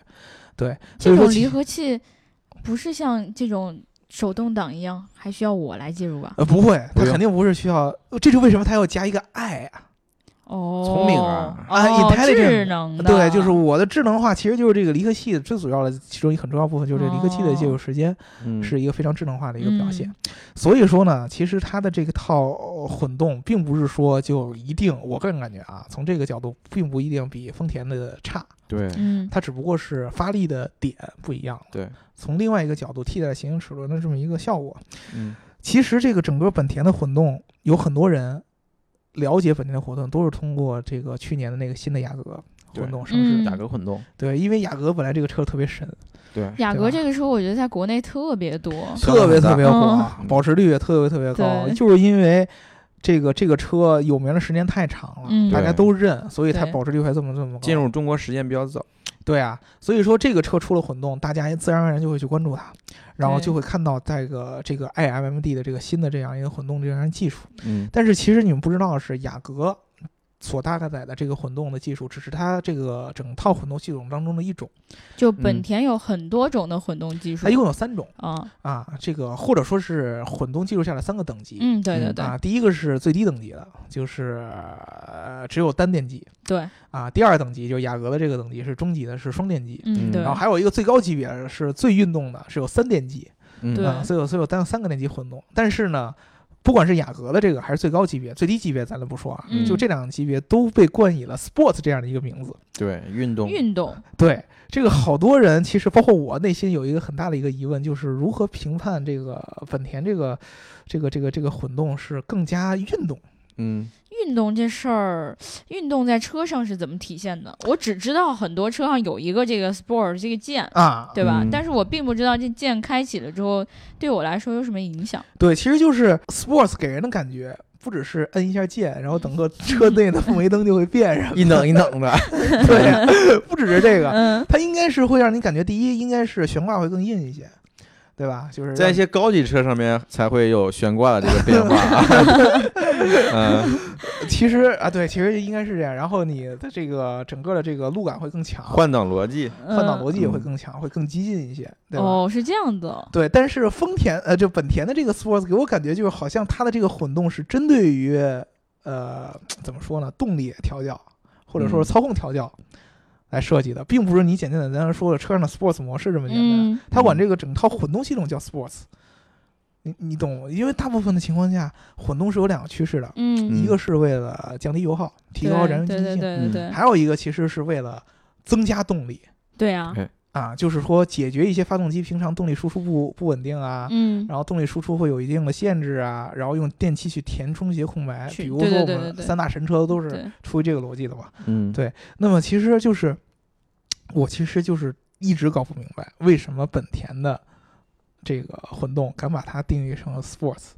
[SPEAKER 3] 对，所
[SPEAKER 2] 这
[SPEAKER 3] 以说
[SPEAKER 2] 种
[SPEAKER 3] 其
[SPEAKER 2] 离合器不是像这种手动挡一样，还需要我来介入吧？
[SPEAKER 3] 呃不会，它
[SPEAKER 4] 不用
[SPEAKER 3] 肯定不是需要，呃这就为什么它要加一个 i 啊？
[SPEAKER 2] 哦，
[SPEAKER 4] 聪明啊
[SPEAKER 2] 哦
[SPEAKER 3] 啊，intelligent
[SPEAKER 2] 智能的，
[SPEAKER 3] 对，就是我的智能化，其实就是这个离合器最主要的其中一个很重要部分，就是这离合
[SPEAKER 2] 哦
[SPEAKER 3] 器的介入时间。
[SPEAKER 4] 嗯，
[SPEAKER 3] 是一个非常智能化的一个表现。
[SPEAKER 2] 嗯
[SPEAKER 3] 所以说呢，其实它的这个套呃混动，并不是说就一定，我个人感觉啊，从这个角度，并不一定比丰田的差，
[SPEAKER 4] 对，
[SPEAKER 2] 嗯，
[SPEAKER 3] 它只不过是发力的点不一样了。
[SPEAKER 4] 对，
[SPEAKER 3] 从另外一个角度替代行星齿轮的这么一个效果。
[SPEAKER 4] 嗯，
[SPEAKER 3] 其实这个整个本田的混动，有很多人了解本田的混动，都是通过这个去年的那个新的雅阁混动上市。
[SPEAKER 2] 嗯
[SPEAKER 4] 雅阁混动，
[SPEAKER 3] 对，因为雅阁本来这个车特别神，
[SPEAKER 4] 对，
[SPEAKER 2] 雅阁
[SPEAKER 3] 吧
[SPEAKER 2] 这个车我觉得在国内特别多，
[SPEAKER 4] 销
[SPEAKER 3] 特
[SPEAKER 4] 量
[SPEAKER 3] 别
[SPEAKER 4] 很
[SPEAKER 3] 特
[SPEAKER 4] 大
[SPEAKER 3] 别火，啊
[SPEAKER 4] 嗯
[SPEAKER 3] 保值率也特别特别高，
[SPEAKER 2] 对
[SPEAKER 3] 就是因为这个这个车有名的时间太长了，
[SPEAKER 2] 嗯
[SPEAKER 3] 大家
[SPEAKER 4] 对
[SPEAKER 3] 都认，所以它
[SPEAKER 2] 对
[SPEAKER 3] 保值率还这么这么高。
[SPEAKER 4] 进入中国时间比较早。
[SPEAKER 3] 对啊，所以说这个车出了混动，大家自然而然就会去关注它，然后
[SPEAKER 2] 对
[SPEAKER 3] 就会看到这个这个 iMMD 的这个新的这样一个混动这样一个技术。
[SPEAKER 4] 嗯，
[SPEAKER 3] 但是其实你们不知道的是，雅阁所搭载的这个混动的技术，只是它这个整套混动系统当中的一种，
[SPEAKER 2] 就本
[SPEAKER 4] 嗯
[SPEAKER 2] 田有很多种的混动技术
[SPEAKER 3] 它一共有三种
[SPEAKER 2] 啊，
[SPEAKER 3] 啊，这个或者说是混动技术下的三个等级。
[SPEAKER 2] 嗯，对对
[SPEAKER 4] 嗯
[SPEAKER 2] 对
[SPEAKER 3] 啊，第一个是最低等级的，就是、呃、只有单电机
[SPEAKER 2] 对，
[SPEAKER 3] 啊。第二等级就是雅阁的这个等级是中级的，是双电机。
[SPEAKER 2] 嗯
[SPEAKER 4] 嗯
[SPEAKER 2] 对
[SPEAKER 3] 然后，还有一个最高级别是最运动的，是有三电机
[SPEAKER 4] 嗯
[SPEAKER 2] 对
[SPEAKER 3] 啊，所以有所以有单三个电机混动。但是呢，不管是雅阁的这个还是最高级别，最低级别咱就不说啊，
[SPEAKER 2] 嗯
[SPEAKER 3] 就这两个级别都被冠以了 sports 这样的一个名字。
[SPEAKER 4] 对，运动，
[SPEAKER 2] 运动，
[SPEAKER 3] 对这个，好多人其实包括我内心有一个很大的一个疑问，就是如何评判这个本田这个这个这个这个混动是更加运动？
[SPEAKER 4] 嗯，
[SPEAKER 2] 运动这事儿，运动在车上是怎么体现的？我只知道很多车上有一个这个 sport 这个键，
[SPEAKER 3] 啊，
[SPEAKER 2] 对吧？
[SPEAKER 4] 嗯，
[SPEAKER 2] 但是我并不知道这键开启了之后对我来说有什么影响。
[SPEAKER 3] 对，其实就是 sports 给人的感觉，不只是摁一下键，然后整个车内的氛围灯就会变什么
[SPEAKER 4] 一弄一弄的，
[SPEAKER 3] 对，啊不只是这个，
[SPEAKER 2] 嗯，
[SPEAKER 3] 它应该是会让你感觉，第一应该是悬挂会更硬一些，对吧？就是
[SPEAKER 4] 在一些高级车上面才会有悬挂的这个变化啊。 *laughs* 嗯，
[SPEAKER 3] 其实啊，对，其实应该是这样。然后你的这个整个的这个路感会更强，
[SPEAKER 4] 换挡逻辑，
[SPEAKER 2] 嗯
[SPEAKER 3] 换挡逻辑也会更强，会更激进一些，对吧？
[SPEAKER 2] 哦，是这样子哦。
[SPEAKER 3] 对，但是丰田呃，就本田的这个 Sports 给我感觉就是好像它的这个混动是针对于呃怎么说呢，动力调教或者说
[SPEAKER 4] 嗯
[SPEAKER 3] 是操控调教来设计的，并不是你简简单单说的车上的 Sports 模式这么简单。啊
[SPEAKER 2] 嗯，
[SPEAKER 3] 他管这个整套混动系统叫 Sports，你你懂？因为大部分的情况下，混动是有两个趋势的，
[SPEAKER 2] 嗯，
[SPEAKER 3] 一个是为了降低油耗，提高燃油经
[SPEAKER 2] 对
[SPEAKER 3] 济
[SPEAKER 2] 对
[SPEAKER 3] 性，
[SPEAKER 2] 对对
[SPEAKER 4] 嗯
[SPEAKER 2] 对对
[SPEAKER 3] 还有一个其实是为了增加动力
[SPEAKER 2] 对啊，
[SPEAKER 3] 啊，就是说解决一些发动机平常动力输出不不稳定啊。
[SPEAKER 2] 嗯，
[SPEAKER 3] 然后动力输出会有一定的限制啊，然后用电机去填充一些空白，
[SPEAKER 2] 去
[SPEAKER 3] 比如
[SPEAKER 2] 对
[SPEAKER 3] 说我
[SPEAKER 2] 对对对
[SPEAKER 3] 们
[SPEAKER 2] 对
[SPEAKER 3] 三大神车都是
[SPEAKER 2] 对，
[SPEAKER 3] 出于这个逻辑的嘛。
[SPEAKER 4] 嗯，
[SPEAKER 3] 对那么其实就是，我其实就是一直搞不明白，为什么本田的这个混动敢把它定义成了 sports。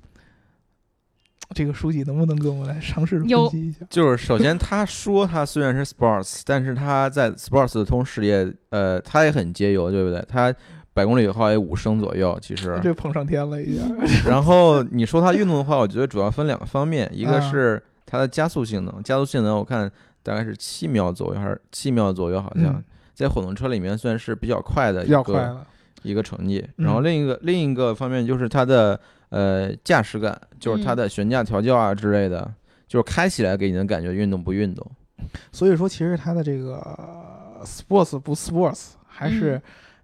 [SPEAKER 3] 这个书记能不能给我们来尝试
[SPEAKER 2] 有
[SPEAKER 3] 分析一下？
[SPEAKER 4] 就是首先，他说他虽然是 sports，但是他在 sports 的同时也，呃，他也很节油，对不对？他百公里油耗也五升左右，其实。
[SPEAKER 3] 这捧上天了一下，
[SPEAKER 4] 然后你说它运动的话，我觉得主要分两个方面，一个
[SPEAKER 3] 啊
[SPEAKER 4] 是它的加速性能，加速性能我看大概是七秒左右，还是七秒左右，好
[SPEAKER 3] *laughs*
[SPEAKER 4] 像、
[SPEAKER 3] 嗯
[SPEAKER 4] 在混动车里面算是比较快的
[SPEAKER 3] 比
[SPEAKER 4] 一
[SPEAKER 3] 较快
[SPEAKER 4] 个
[SPEAKER 3] 了。
[SPEAKER 4] 一个成绩。
[SPEAKER 3] 嗯
[SPEAKER 4] 然后另一个另一个方面就是它的呃驾驶感，就是它
[SPEAKER 2] 嗯
[SPEAKER 4] 的悬架调教啊之类的，就是开起来给你的感觉运动不运动。
[SPEAKER 3] 所以说，其实它的这个呃 sports 不 sports 还是
[SPEAKER 2] 嗯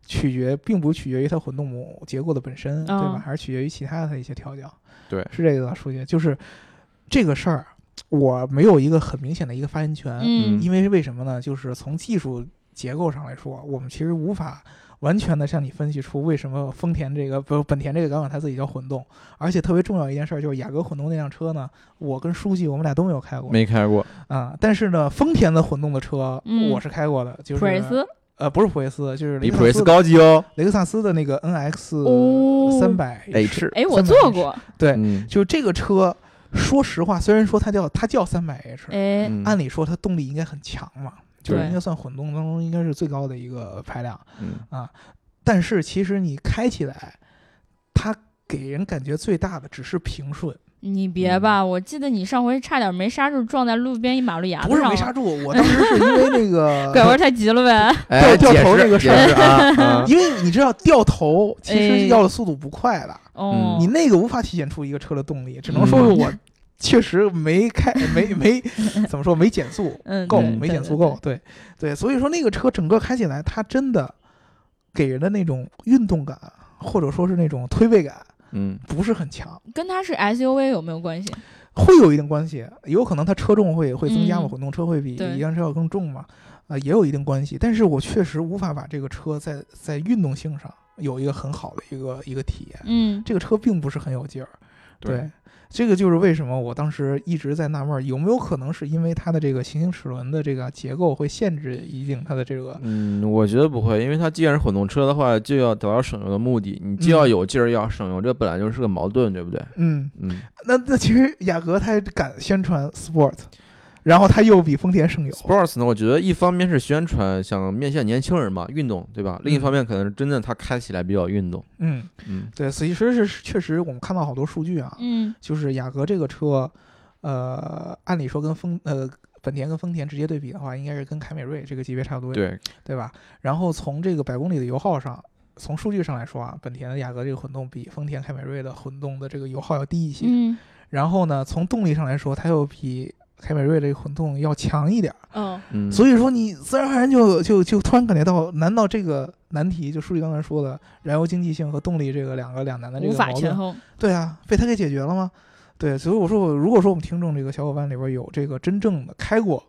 [SPEAKER 3] 取决，并不取决于它混动模结构的本身，对
[SPEAKER 2] 哦
[SPEAKER 3] 吧？还是取决于其他的一些调教。
[SPEAKER 4] 对
[SPEAKER 3] 是这个吧，书记，就是这个事儿，我没有一个很明显的一个发言权。
[SPEAKER 2] 嗯
[SPEAKER 3] 因为是为什么呢？就是从技术结构上来说，我们其实无法完全的向你分析出为什么丰田这个不本田这个敢管它自己叫混动，而且特别重要一件事儿就是雅阁混动那辆车呢，我跟书记我们俩都没有开过
[SPEAKER 4] 没开过，
[SPEAKER 3] 啊、但是呢，丰田的混动的车
[SPEAKER 2] 嗯
[SPEAKER 3] 我是开过的，就是
[SPEAKER 2] 普锐斯，
[SPEAKER 3] 呃不是普锐斯，就是
[SPEAKER 4] 比
[SPEAKER 3] 雷克
[SPEAKER 4] 普锐
[SPEAKER 3] 萨
[SPEAKER 4] 斯
[SPEAKER 3] 斯的
[SPEAKER 4] 高级哦。
[SPEAKER 3] 雷克萨斯的那个 NX
[SPEAKER 2] 哦，
[SPEAKER 3] 三，百
[SPEAKER 4] H，
[SPEAKER 2] *laughs* 哎，我坐过，
[SPEAKER 3] 对
[SPEAKER 4] 嗯
[SPEAKER 3] 就这个车，说实话，虽然说它叫它叫三百 H，
[SPEAKER 2] 哎，
[SPEAKER 4] 嗯
[SPEAKER 3] 按理说它动力应该很强嘛，就是
[SPEAKER 2] 对
[SPEAKER 3] 应该算混动当中应该是最高的一个排量。
[SPEAKER 4] 嗯
[SPEAKER 3] 但是其实你开起来，它给人感觉最大的只是平顺，
[SPEAKER 2] 你别吧，
[SPEAKER 3] 嗯
[SPEAKER 2] 我记得你上回差点没刹住，撞在路边一马路牙子
[SPEAKER 3] 不是
[SPEAKER 2] 上
[SPEAKER 3] 没
[SPEAKER 2] 了，
[SPEAKER 3] 刹住。
[SPEAKER 2] *laughs*
[SPEAKER 3] 我当时是因为那
[SPEAKER 2] 拐
[SPEAKER 3] 个，
[SPEAKER 2] 弯太急了呗，
[SPEAKER 4] 哎，
[SPEAKER 3] 掉
[SPEAKER 4] 解
[SPEAKER 3] 头
[SPEAKER 4] 释
[SPEAKER 3] 那个事
[SPEAKER 4] 解
[SPEAKER 3] 儿，
[SPEAKER 4] 释啊
[SPEAKER 3] *laughs*
[SPEAKER 2] *laughs*
[SPEAKER 4] 啊
[SPEAKER 3] 因为你知道掉头其实
[SPEAKER 2] 哎
[SPEAKER 3] 是要的速度不快的，
[SPEAKER 2] 哦，
[SPEAKER 3] 嗯
[SPEAKER 2] 嗯
[SPEAKER 3] 你那个无法体现出一个车的动力，只能说是我确实没
[SPEAKER 2] *laughs*
[SPEAKER 3] 开没没怎么说没减速，
[SPEAKER 2] 嗯
[SPEAKER 3] 够，
[SPEAKER 2] 对
[SPEAKER 3] 没
[SPEAKER 2] 对
[SPEAKER 3] 减
[SPEAKER 2] 对
[SPEAKER 3] 速够，对对，所以说那个车整个开起来，它真的给人的那种运动感，或者说是那种推背感，
[SPEAKER 4] 嗯，
[SPEAKER 3] *laughs* 不是很强，
[SPEAKER 2] 跟它是 SUV 有没有关系？
[SPEAKER 3] 会有一定关系，有可能它车重会会增加嘛，
[SPEAKER 2] 嗯
[SPEAKER 3] 混动车会比
[SPEAKER 2] 对
[SPEAKER 3] 一辆车要更重嘛，啊、也有一定关系，但是我确实无法把这个车在在运动性上有一个很好的一个一个体验，
[SPEAKER 2] 嗯，
[SPEAKER 3] 这个车并不是很有劲儿，
[SPEAKER 4] 对，
[SPEAKER 3] 这个就是为什么我当时一直在纳闷儿，有没有可能是因为它的这个行星齿轮的这个结构会限制一定它的这个
[SPEAKER 4] 嗯，我觉得不会，因为它既然是混动车的话，就要达到省油的目的，你既要
[SPEAKER 3] 嗯
[SPEAKER 4] 有劲儿，又要省油，这本来就是个矛盾，对不对？
[SPEAKER 3] 嗯，
[SPEAKER 4] 嗯
[SPEAKER 3] 那那其实雅阁它敢宣传 Sport，然后它又比丰田省油。
[SPEAKER 4] ，sports 呢，我觉得一方面是宣传，想面向年轻人嘛，运动，对吧？另一
[SPEAKER 3] 嗯
[SPEAKER 4] 方面可能是真正它开起来比较运动，
[SPEAKER 3] 嗯，
[SPEAKER 4] 嗯
[SPEAKER 3] 对，所以说是确实我们看到好多数据啊，
[SPEAKER 2] 嗯
[SPEAKER 3] 就是雅阁这个车，呃，按理说跟丰呃本田跟丰田直接对比的话，应该是跟凯美瑞这个级别差不多，
[SPEAKER 4] 对，
[SPEAKER 3] 对吧？然后从这个百公里的油耗上。从数据上来说啊，本田的雅阁这个混动比丰田凯美瑞的混动的这个油耗要低一些。
[SPEAKER 2] 嗯
[SPEAKER 3] 然后呢，从动力上来说，它又比凯美瑞这个混动要强一点儿。
[SPEAKER 2] 哦，
[SPEAKER 4] 嗯，
[SPEAKER 3] 所
[SPEAKER 4] 以
[SPEAKER 3] 以说你自然而然就就就突然感觉到，难道这个难题就书记刚才说的燃油经济性和动力这个两个两难的这
[SPEAKER 2] 无
[SPEAKER 3] 个
[SPEAKER 2] 法
[SPEAKER 3] 矛
[SPEAKER 2] 权
[SPEAKER 3] 盾，
[SPEAKER 2] 衡，
[SPEAKER 3] 对啊，被他给解决了吗？对，所以我说我，如果说我们听众这个小伙伴里边有这个真正的开过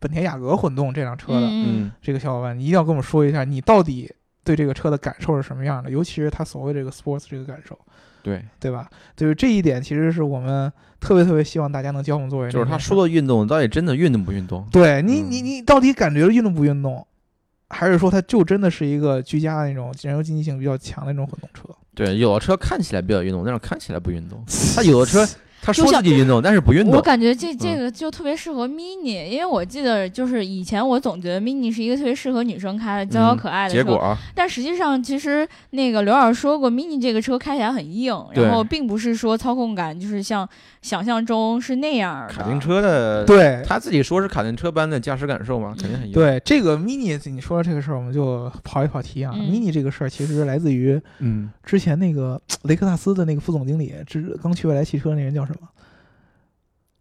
[SPEAKER 3] 本田雅阁混动这辆车的、
[SPEAKER 2] 嗯，
[SPEAKER 3] 这个小伙伴，你一定要跟我们说一下，你到底对这个车的感受是什么样的，尤其是它所谓这个 sports 这个感受，
[SPEAKER 4] 对，
[SPEAKER 3] 对吧？就是这一点，其实是我们特别特别希望大家能教我们作为，
[SPEAKER 4] 就是他说的运动到底真的运动不运动？
[SPEAKER 3] 对你，
[SPEAKER 4] 嗯
[SPEAKER 3] 你你到底感觉运动不运动，还是说它就真的是一个居家的那种燃油经济性比较强的那种混动车？
[SPEAKER 4] 对，有的车看起来比较运动，那种看起来不运动。 *laughs* 他有的车他说
[SPEAKER 2] 就像
[SPEAKER 4] 自己运动，但是不运
[SPEAKER 2] 我
[SPEAKER 4] 动。
[SPEAKER 2] 感觉这这个就特别适合 mini，因为我记得就是以前我总觉得 mini 是一个特别适合女生开的娇小可爱的车，
[SPEAKER 4] 结果啊，
[SPEAKER 2] 但实际上其实那个刘老师说过，mini 这个车开起来很硬，
[SPEAKER 4] 对
[SPEAKER 2] 然后并不是说操控感就是像想象中是那样儿的。
[SPEAKER 4] 卡丁车的，
[SPEAKER 3] *laughs* 对
[SPEAKER 4] 他自己说是卡丁车般的驾驶感受嘛，肯定很硬。
[SPEAKER 3] 对，这个 mini 你说这个事儿，我们就跑一跑题啊。
[SPEAKER 2] 嗯
[SPEAKER 3] mini 这个事儿其实来自于
[SPEAKER 4] 嗯，
[SPEAKER 3] 之前那个雷克萨斯的那个副总经理，之刚去未来汽车那人叫什么？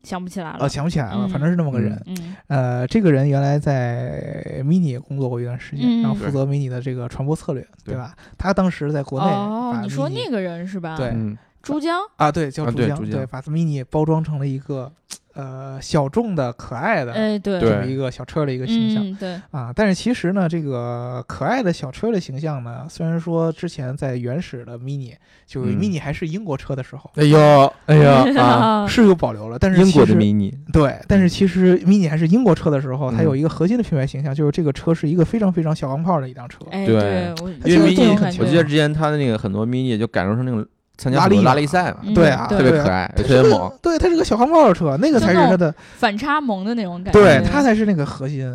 [SPEAKER 2] 想不起来了。
[SPEAKER 3] 啊，想不起来了，
[SPEAKER 2] 嗯
[SPEAKER 3] 反正是那么个人。
[SPEAKER 2] 嗯
[SPEAKER 3] 呃，这个人原来在 mini 也工作过一段时间，
[SPEAKER 2] 嗯
[SPEAKER 3] 然后负责 mini 的这个传播策略，
[SPEAKER 4] 对
[SPEAKER 3] 对吧？他当时在国内
[SPEAKER 2] 哦
[SPEAKER 3] 把，
[SPEAKER 2] 你说
[SPEAKER 3] mini-
[SPEAKER 2] 那个啊人是吧？
[SPEAKER 3] 对
[SPEAKER 4] 嗯，
[SPEAKER 2] 珠江。
[SPEAKER 3] 啊，对，叫
[SPEAKER 4] 啊
[SPEAKER 3] 珠
[SPEAKER 4] 对
[SPEAKER 3] 江，
[SPEAKER 4] 珠江
[SPEAKER 3] 对，把 mini 包装成了一个呃小众的、可爱的
[SPEAKER 2] 哎，对，
[SPEAKER 3] 这
[SPEAKER 4] 对
[SPEAKER 3] 么一个小车的一个形象、
[SPEAKER 2] 嗯，对，
[SPEAKER 3] 啊。但是其实呢，这个可爱的小车的形象呢，虽然说之前在原始的 mini，就是
[SPEAKER 4] 嗯
[SPEAKER 3] mini 还是英国车的时候、
[SPEAKER 4] 哎呦，哎
[SPEAKER 2] *laughs*
[SPEAKER 4] 呦啊，
[SPEAKER 2] 啊，
[SPEAKER 3] 是有保留了，但是
[SPEAKER 4] 英国
[SPEAKER 3] 其
[SPEAKER 4] 的
[SPEAKER 3] 实
[SPEAKER 4] 迷你，
[SPEAKER 3] 对，但是其实 mini 还是英国车的时候，它
[SPEAKER 4] 嗯
[SPEAKER 3] 有一个核心的品牌形象，就是这个车是一个非常非常小钢炮的一辆车。
[SPEAKER 2] 哎，
[SPEAKER 4] 对
[SPEAKER 2] 我
[SPEAKER 4] 因
[SPEAKER 2] 就
[SPEAKER 4] 为
[SPEAKER 2] 是这
[SPEAKER 4] mini，
[SPEAKER 2] 种感
[SPEAKER 4] 我记
[SPEAKER 2] 觉，
[SPEAKER 4] 得之前他的那个很多 mini 就改装成那种参加
[SPEAKER 3] 拉
[SPEAKER 4] 很多
[SPEAKER 3] 力
[SPEAKER 4] 嗯拉
[SPEAKER 3] 嘛
[SPEAKER 4] 力赛嘛，
[SPEAKER 2] 嗯
[SPEAKER 3] 对啊，
[SPEAKER 2] 对
[SPEAKER 4] 特别
[SPEAKER 3] 对啊
[SPEAKER 4] 可爱，
[SPEAKER 3] 它
[SPEAKER 4] 特
[SPEAKER 3] 是个
[SPEAKER 4] 别猛。
[SPEAKER 3] 对，它是个小钢炮车，那
[SPEAKER 2] 就
[SPEAKER 3] 个才是
[SPEAKER 2] 那种
[SPEAKER 3] 它的
[SPEAKER 2] 反差萌的那种感觉，
[SPEAKER 3] 对，它才是那个核心。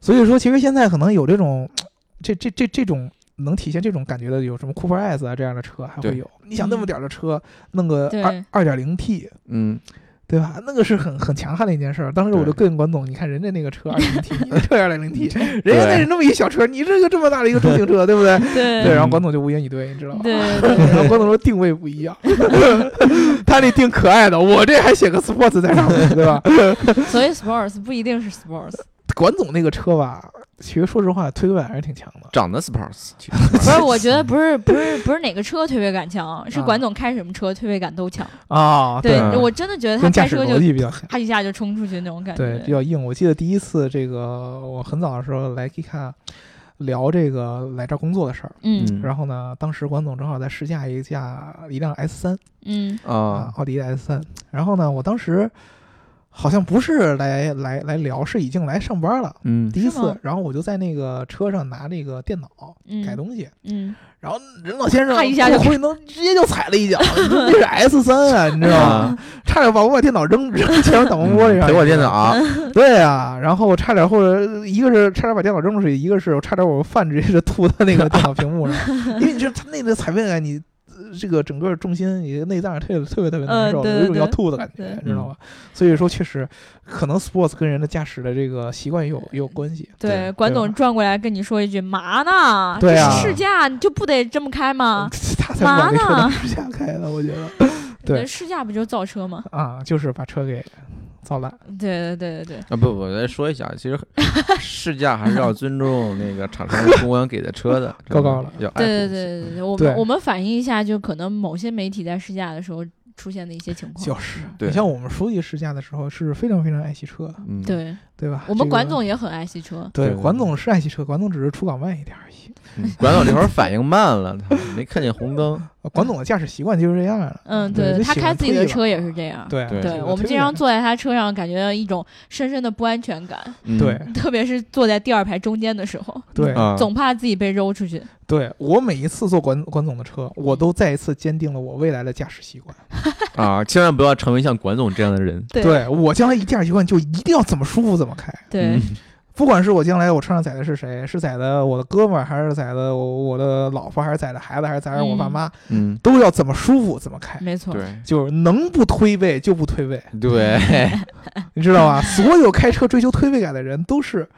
[SPEAKER 3] 所以说，其实现在可能有这种，这这这这种能体现这种感觉的，有什么 Cooper S 啊这样的车还会
[SPEAKER 4] 对
[SPEAKER 3] 有。你想那么点儿的车，弄个
[SPEAKER 2] 对
[SPEAKER 3] 二二点零 T，
[SPEAKER 4] 嗯，
[SPEAKER 3] 对吧？那个是很很强悍的一件事儿。当时我就膈应管总，你看人家那个车二点零 T，你这二点零
[SPEAKER 4] *laughs*
[SPEAKER 3] T，人家那是那么一小车，你这个这么大的一个中型车，对不对？
[SPEAKER 2] 对
[SPEAKER 3] 对，然后管总就无言以对，你知道吗？
[SPEAKER 2] 嗯对对
[SPEAKER 3] *laughs* 然后关总说定位不一样， *laughs* 他那定可爱的，我这还写个 sports 在上面，对吧？ *laughs*
[SPEAKER 2] 对，所以 sports 不一定是 sports，
[SPEAKER 3] 管总那个车吧，其实说实话推动感还是挺强的。
[SPEAKER 4] 长得 sports，
[SPEAKER 2] *laughs* 不是，我觉得不
[SPEAKER 3] *laughs*
[SPEAKER 2] 是不是不是哪个车推背感强，是
[SPEAKER 3] 啊
[SPEAKER 2] 管总开什么车推背感都强。
[SPEAKER 3] 啊，
[SPEAKER 2] 对
[SPEAKER 4] 对
[SPEAKER 2] 我真的觉得他
[SPEAKER 3] 跟
[SPEAKER 2] 开
[SPEAKER 3] 驾驶
[SPEAKER 2] 车
[SPEAKER 3] 逻
[SPEAKER 2] 就
[SPEAKER 3] 辑比较像，
[SPEAKER 2] 啪一下就冲出去那种感
[SPEAKER 3] 对，
[SPEAKER 2] 觉。
[SPEAKER 3] 比较硬。我记得第一次这个，我很早的时候来 Kika 聊这个来这儿工作的事儿，
[SPEAKER 2] 嗯
[SPEAKER 3] 然后呢，当时管总正好在试驾一架一辆 S 三
[SPEAKER 2] 嗯
[SPEAKER 4] 啊，
[SPEAKER 3] 奥迪的 S 三，然后呢，我当时好像不是来来来聊，是已经来上班了。
[SPEAKER 4] 嗯，
[SPEAKER 3] 第一
[SPEAKER 2] 是吗
[SPEAKER 3] 次，然后我就在那个车上拿那个电脑
[SPEAKER 2] 嗯
[SPEAKER 3] 改东西，
[SPEAKER 2] 嗯，
[SPEAKER 3] 然后任老先生
[SPEAKER 2] 啪一下就
[SPEAKER 3] 回能直接就踩了一
[SPEAKER 2] *laughs*
[SPEAKER 3] 脚，你说那是 S 三啊，你知道吗？差点把我把电脑扔扔前面挡风玻璃上，
[SPEAKER 4] 嗯给我电脑。
[SPEAKER 3] *laughs*
[SPEAKER 4] 啊，
[SPEAKER 3] 对啊，然后我差点或者一个是差点把电脑扔出去，一个是我差点我饭直接就吐到那个电脑屏幕
[SPEAKER 2] *laughs*
[SPEAKER 3] 上，因为你这它那个踩背感你。呃这个整个重心，你的内脏是特别特别特别难受的，
[SPEAKER 2] 嗯对
[SPEAKER 3] 有一种要
[SPEAKER 2] 对
[SPEAKER 3] 吐的感觉
[SPEAKER 2] 对，
[SPEAKER 3] 知道吧？所以说，确实可能 sports 跟人的驾驶的这个习惯有有关系。
[SPEAKER 2] 对，
[SPEAKER 4] 对
[SPEAKER 2] 管
[SPEAKER 3] 对
[SPEAKER 2] 总
[SPEAKER 3] 吧
[SPEAKER 2] 转过来跟你说一句：“嘛呢？
[SPEAKER 3] 对
[SPEAKER 2] 这
[SPEAKER 3] 啊嗯
[SPEAKER 2] 试驾你就不得这么开吗？
[SPEAKER 3] *laughs* 他才不管这车
[SPEAKER 2] 啊嘛呢
[SPEAKER 3] 当时下开的，我觉得对
[SPEAKER 2] 那试驾不就造车吗？
[SPEAKER 3] *laughs* 啊，就是把车给造烂。
[SPEAKER 2] 对对对对对，
[SPEAKER 4] 啊不不，我再说一下，其
[SPEAKER 3] *laughs*
[SPEAKER 4] 实试驾还是要尊重那个厂商跟公安给的车的，真
[SPEAKER 3] *laughs*
[SPEAKER 4] 的
[SPEAKER 3] 高高了
[SPEAKER 4] 要爱
[SPEAKER 2] 对
[SPEAKER 4] 护
[SPEAKER 2] 对
[SPEAKER 4] 一下。
[SPEAKER 2] 对对，我
[SPEAKER 3] 哎对
[SPEAKER 2] 们我们反映一下，就可能某些媒体在试驾的时候出现的一些情况。
[SPEAKER 3] 就是，
[SPEAKER 4] 对
[SPEAKER 3] 你像我们书记试驾的时候是非常非常爱惜车的，
[SPEAKER 4] 嗯，
[SPEAKER 2] 对，
[SPEAKER 3] 对吧？
[SPEAKER 2] 我们管
[SPEAKER 3] 这个
[SPEAKER 2] 总也很爱惜车。
[SPEAKER 3] 对
[SPEAKER 4] 对对
[SPEAKER 3] 管总是爱惜车，管总只是出港慢一点而已。
[SPEAKER 4] 嗯管总那会儿反应慢了，他没看见红灯。
[SPEAKER 3] 呃管总的驾驶习惯就是这样的。
[SPEAKER 2] 嗯，
[SPEAKER 3] 对，就
[SPEAKER 2] 他
[SPEAKER 3] 喜
[SPEAKER 2] 开
[SPEAKER 3] 欢
[SPEAKER 2] 自己的
[SPEAKER 3] 推吧
[SPEAKER 2] 车也是这样。
[SPEAKER 3] 对
[SPEAKER 4] 对
[SPEAKER 3] 喜
[SPEAKER 2] 对，
[SPEAKER 3] 欢
[SPEAKER 2] 我们
[SPEAKER 3] 推
[SPEAKER 2] 经常
[SPEAKER 3] 的
[SPEAKER 2] 坐在他车上，感觉到一种深深的不安全感， *laughs*
[SPEAKER 4] 嗯
[SPEAKER 3] 对
[SPEAKER 2] 特别是坐在第二排中间的时
[SPEAKER 4] *laughs*
[SPEAKER 2] 候，
[SPEAKER 3] 对
[SPEAKER 4] 啊，
[SPEAKER 2] 总怕自己被揉出去。
[SPEAKER 3] 对，我每一次坐管管总的车，我都再一次坚定了我未来的驾驶习惯。
[SPEAKER 4] 啊，千万不要成为像管总这样
[SPEAKER 3] *laughs*
[SPEAKER 4] 的人。
[SPEAKER 2] 对对
[SPEAKER 3] 对我将来一驾驶习惯就一定要怎么舒服怎么开。
[SPEAKER 4] 嗯
[SPEAKER 2] 对
[SPEAKER 3] 不管是我将来我车上载的是谁，是载的我的哥们儿，还是载的我我的老婆，还是载的孩子，还是载着我爸妈，
[SPEAKER 4] 嗯，
[SPEAKER 3] 都要怎么舒服怎么开，
[SPEAKER 2] 没错。
[SPEAKER 4] 对嗯
[SPEAKER 3] 就是能不推背就不推背，
[SPEAKER 4] 对，
[SPEAKER 3] 你知道吧？所有开车追求推背感的人都是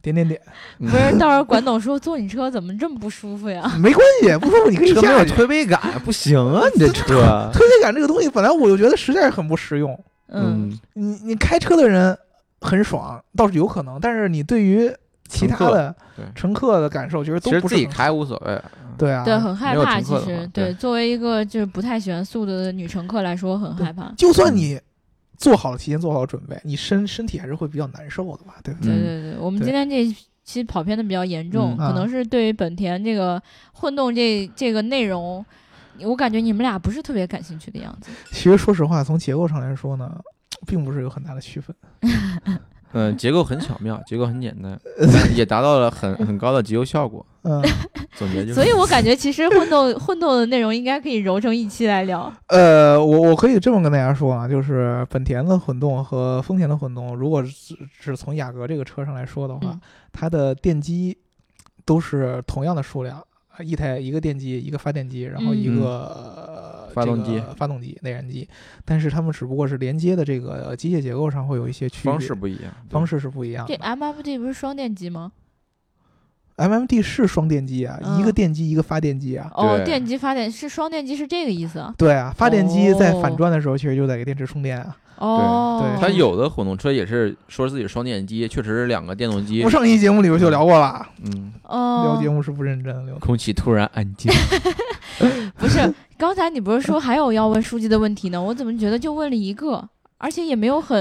[SPEAKER 3] 点点点，
[SPEAKER 4] 不
[SPEAKER 2] 不是，到时候管总说坐你车怎么这么不舒服呀？
[SPEAKER 3] 没关系，不舒服你 *laughs* 可以
[SPEAKER 4] 车没
[SPEAKER 3] 下
[SPEAKER 4] 有 *laughs*
[SPEAKER 3] 去。
[SPEAKER 4] 推背感，不行啊，你这
[SPEAKER 3] *laughs*
[SPEAKER 4] 车。
[SPEAKER 3] 推背感这个东西本来我就觉得实在是很不实用，
[SPEAKER 2] 嗯，
[SPEAKER 3] 你你开车的人很爽倒是有可能，但是你对于其他的
[SPEAKER 4] 乘客对
[SPEAKER 3] 乘客的感受，其实都
[SPEAKER 4] 其实
[SPEAKER 3] 不
[SPEAKER 4] 自
[SPEAKER 3] 是
[SPEAKER 4] 己
[SPEAKER 3] 很
[SPEAKER 4] 开无所谓，
[SPEAKER 3] 对啊，
[SPEAKER 2] 对，很害
[SPEAKER 4] 没有
[SPEAKER 2] 怕。
[SPEAKER 4] 乘
[SPEAKER 2] 其
[SPEAKER 4] 客的话
[SPEAKER 2] 实，
[SPEAKER 4] 对
[SPEAKER 2] 对，作为一个就是不太喜欢速度的女乘客来说，很害怕。
[SPEAKER 3] 就算你做好了提前做好了准备，你身身体还是会比较难受的吧，对不对？
[SPEAKER 2] 对
[SPEAKER 4] 嗯
[SPEAKER 2] 对对，我们
[SPEAKER 3] 对
[SPEAKER 2] 今天这期跑偏的比较严重，
[SPEAKER 4] 嗯
[SPEAKER 2] 可
[SPEAKER 3] 啊
[SPEAKER 2] 能是对于本田这个混动这这个内容，我感觉你们俩不是特别感兴趣的样子。
[SPEAKER 3] 其实说实话，从结构上来说呢，并不是有很大的区分。
[SPEAKER 4] 嗯，结构很巧妙，结构很简 *laughs* 单，也达到了很很高的集邮效果。
[SPEAKER 3] 嗯， *laughs*
[SPEAKER 4] 总结就是，
[SPEAKER 2] 所以我感觉其实混动混动的内容应该可以揉成一期来聊。
[SPEAKER 3] 呃，我我可以这么跟大家说啊，就是本田的混动和丰田的混动，如果只只从雅阁这个车上来说的话，
[SPEAKER 2] 嗯
[SPEAKER 3] 它的电机都是同样的数量，呃一台一个电机，一个发电机，然后一
[SPEAKER 4] 嗯
[SPEAKER 3] 个、呃
[SPEAKER 4] 发动机
[SPEAKER 3] 这个发动机、内燃机，但是它们只不过是连接的这个机械结构上会有一些区别，
[SPEAKER 4] 方式不一样，对
[SPEAKER 3] 方式是不一样
[SPEAKER 2] 这
[SPEAKER 3] 的。
[SPEAKER 2] MFD 不是双电机吗？
[SPEAKER 3] MMD 是双电机啊，
[SPEAKER 2] 嗯
[SPEAKER 3] 一个电机一个发电机啊。
[SPEAKER 2] 哦，
[SPEAKER 4] 对
[SPEAKER 2] 电机发电是双电机是这个意思啊？
[SPEAKER 3] 对啊，发电机在
[SPEAKER 2] 哦
[SPEAKER 3] 反转的时候，其实就在给电池充电啊。
[SPEAKER 2] 哦，
[SPEAKER 4] 它有的混动车也是说自己是双电机，确实是两个电动机
[SPEAKER 3] 我。上一期节目里边就聊过了，
[SPEAKER 4] 嗯，
[SPEAKER 3] 聊节
[SPEAKER 2] 哦，
[SPEAKER 3] 目是不认真的。聊
[SPEAKER 4] 空气突然安 *laughs* 静。
[SPEAKER 2] 不是，刚才你不是说还有要问书记的问题呢？我怎么觉得就问了一个，而且也没有很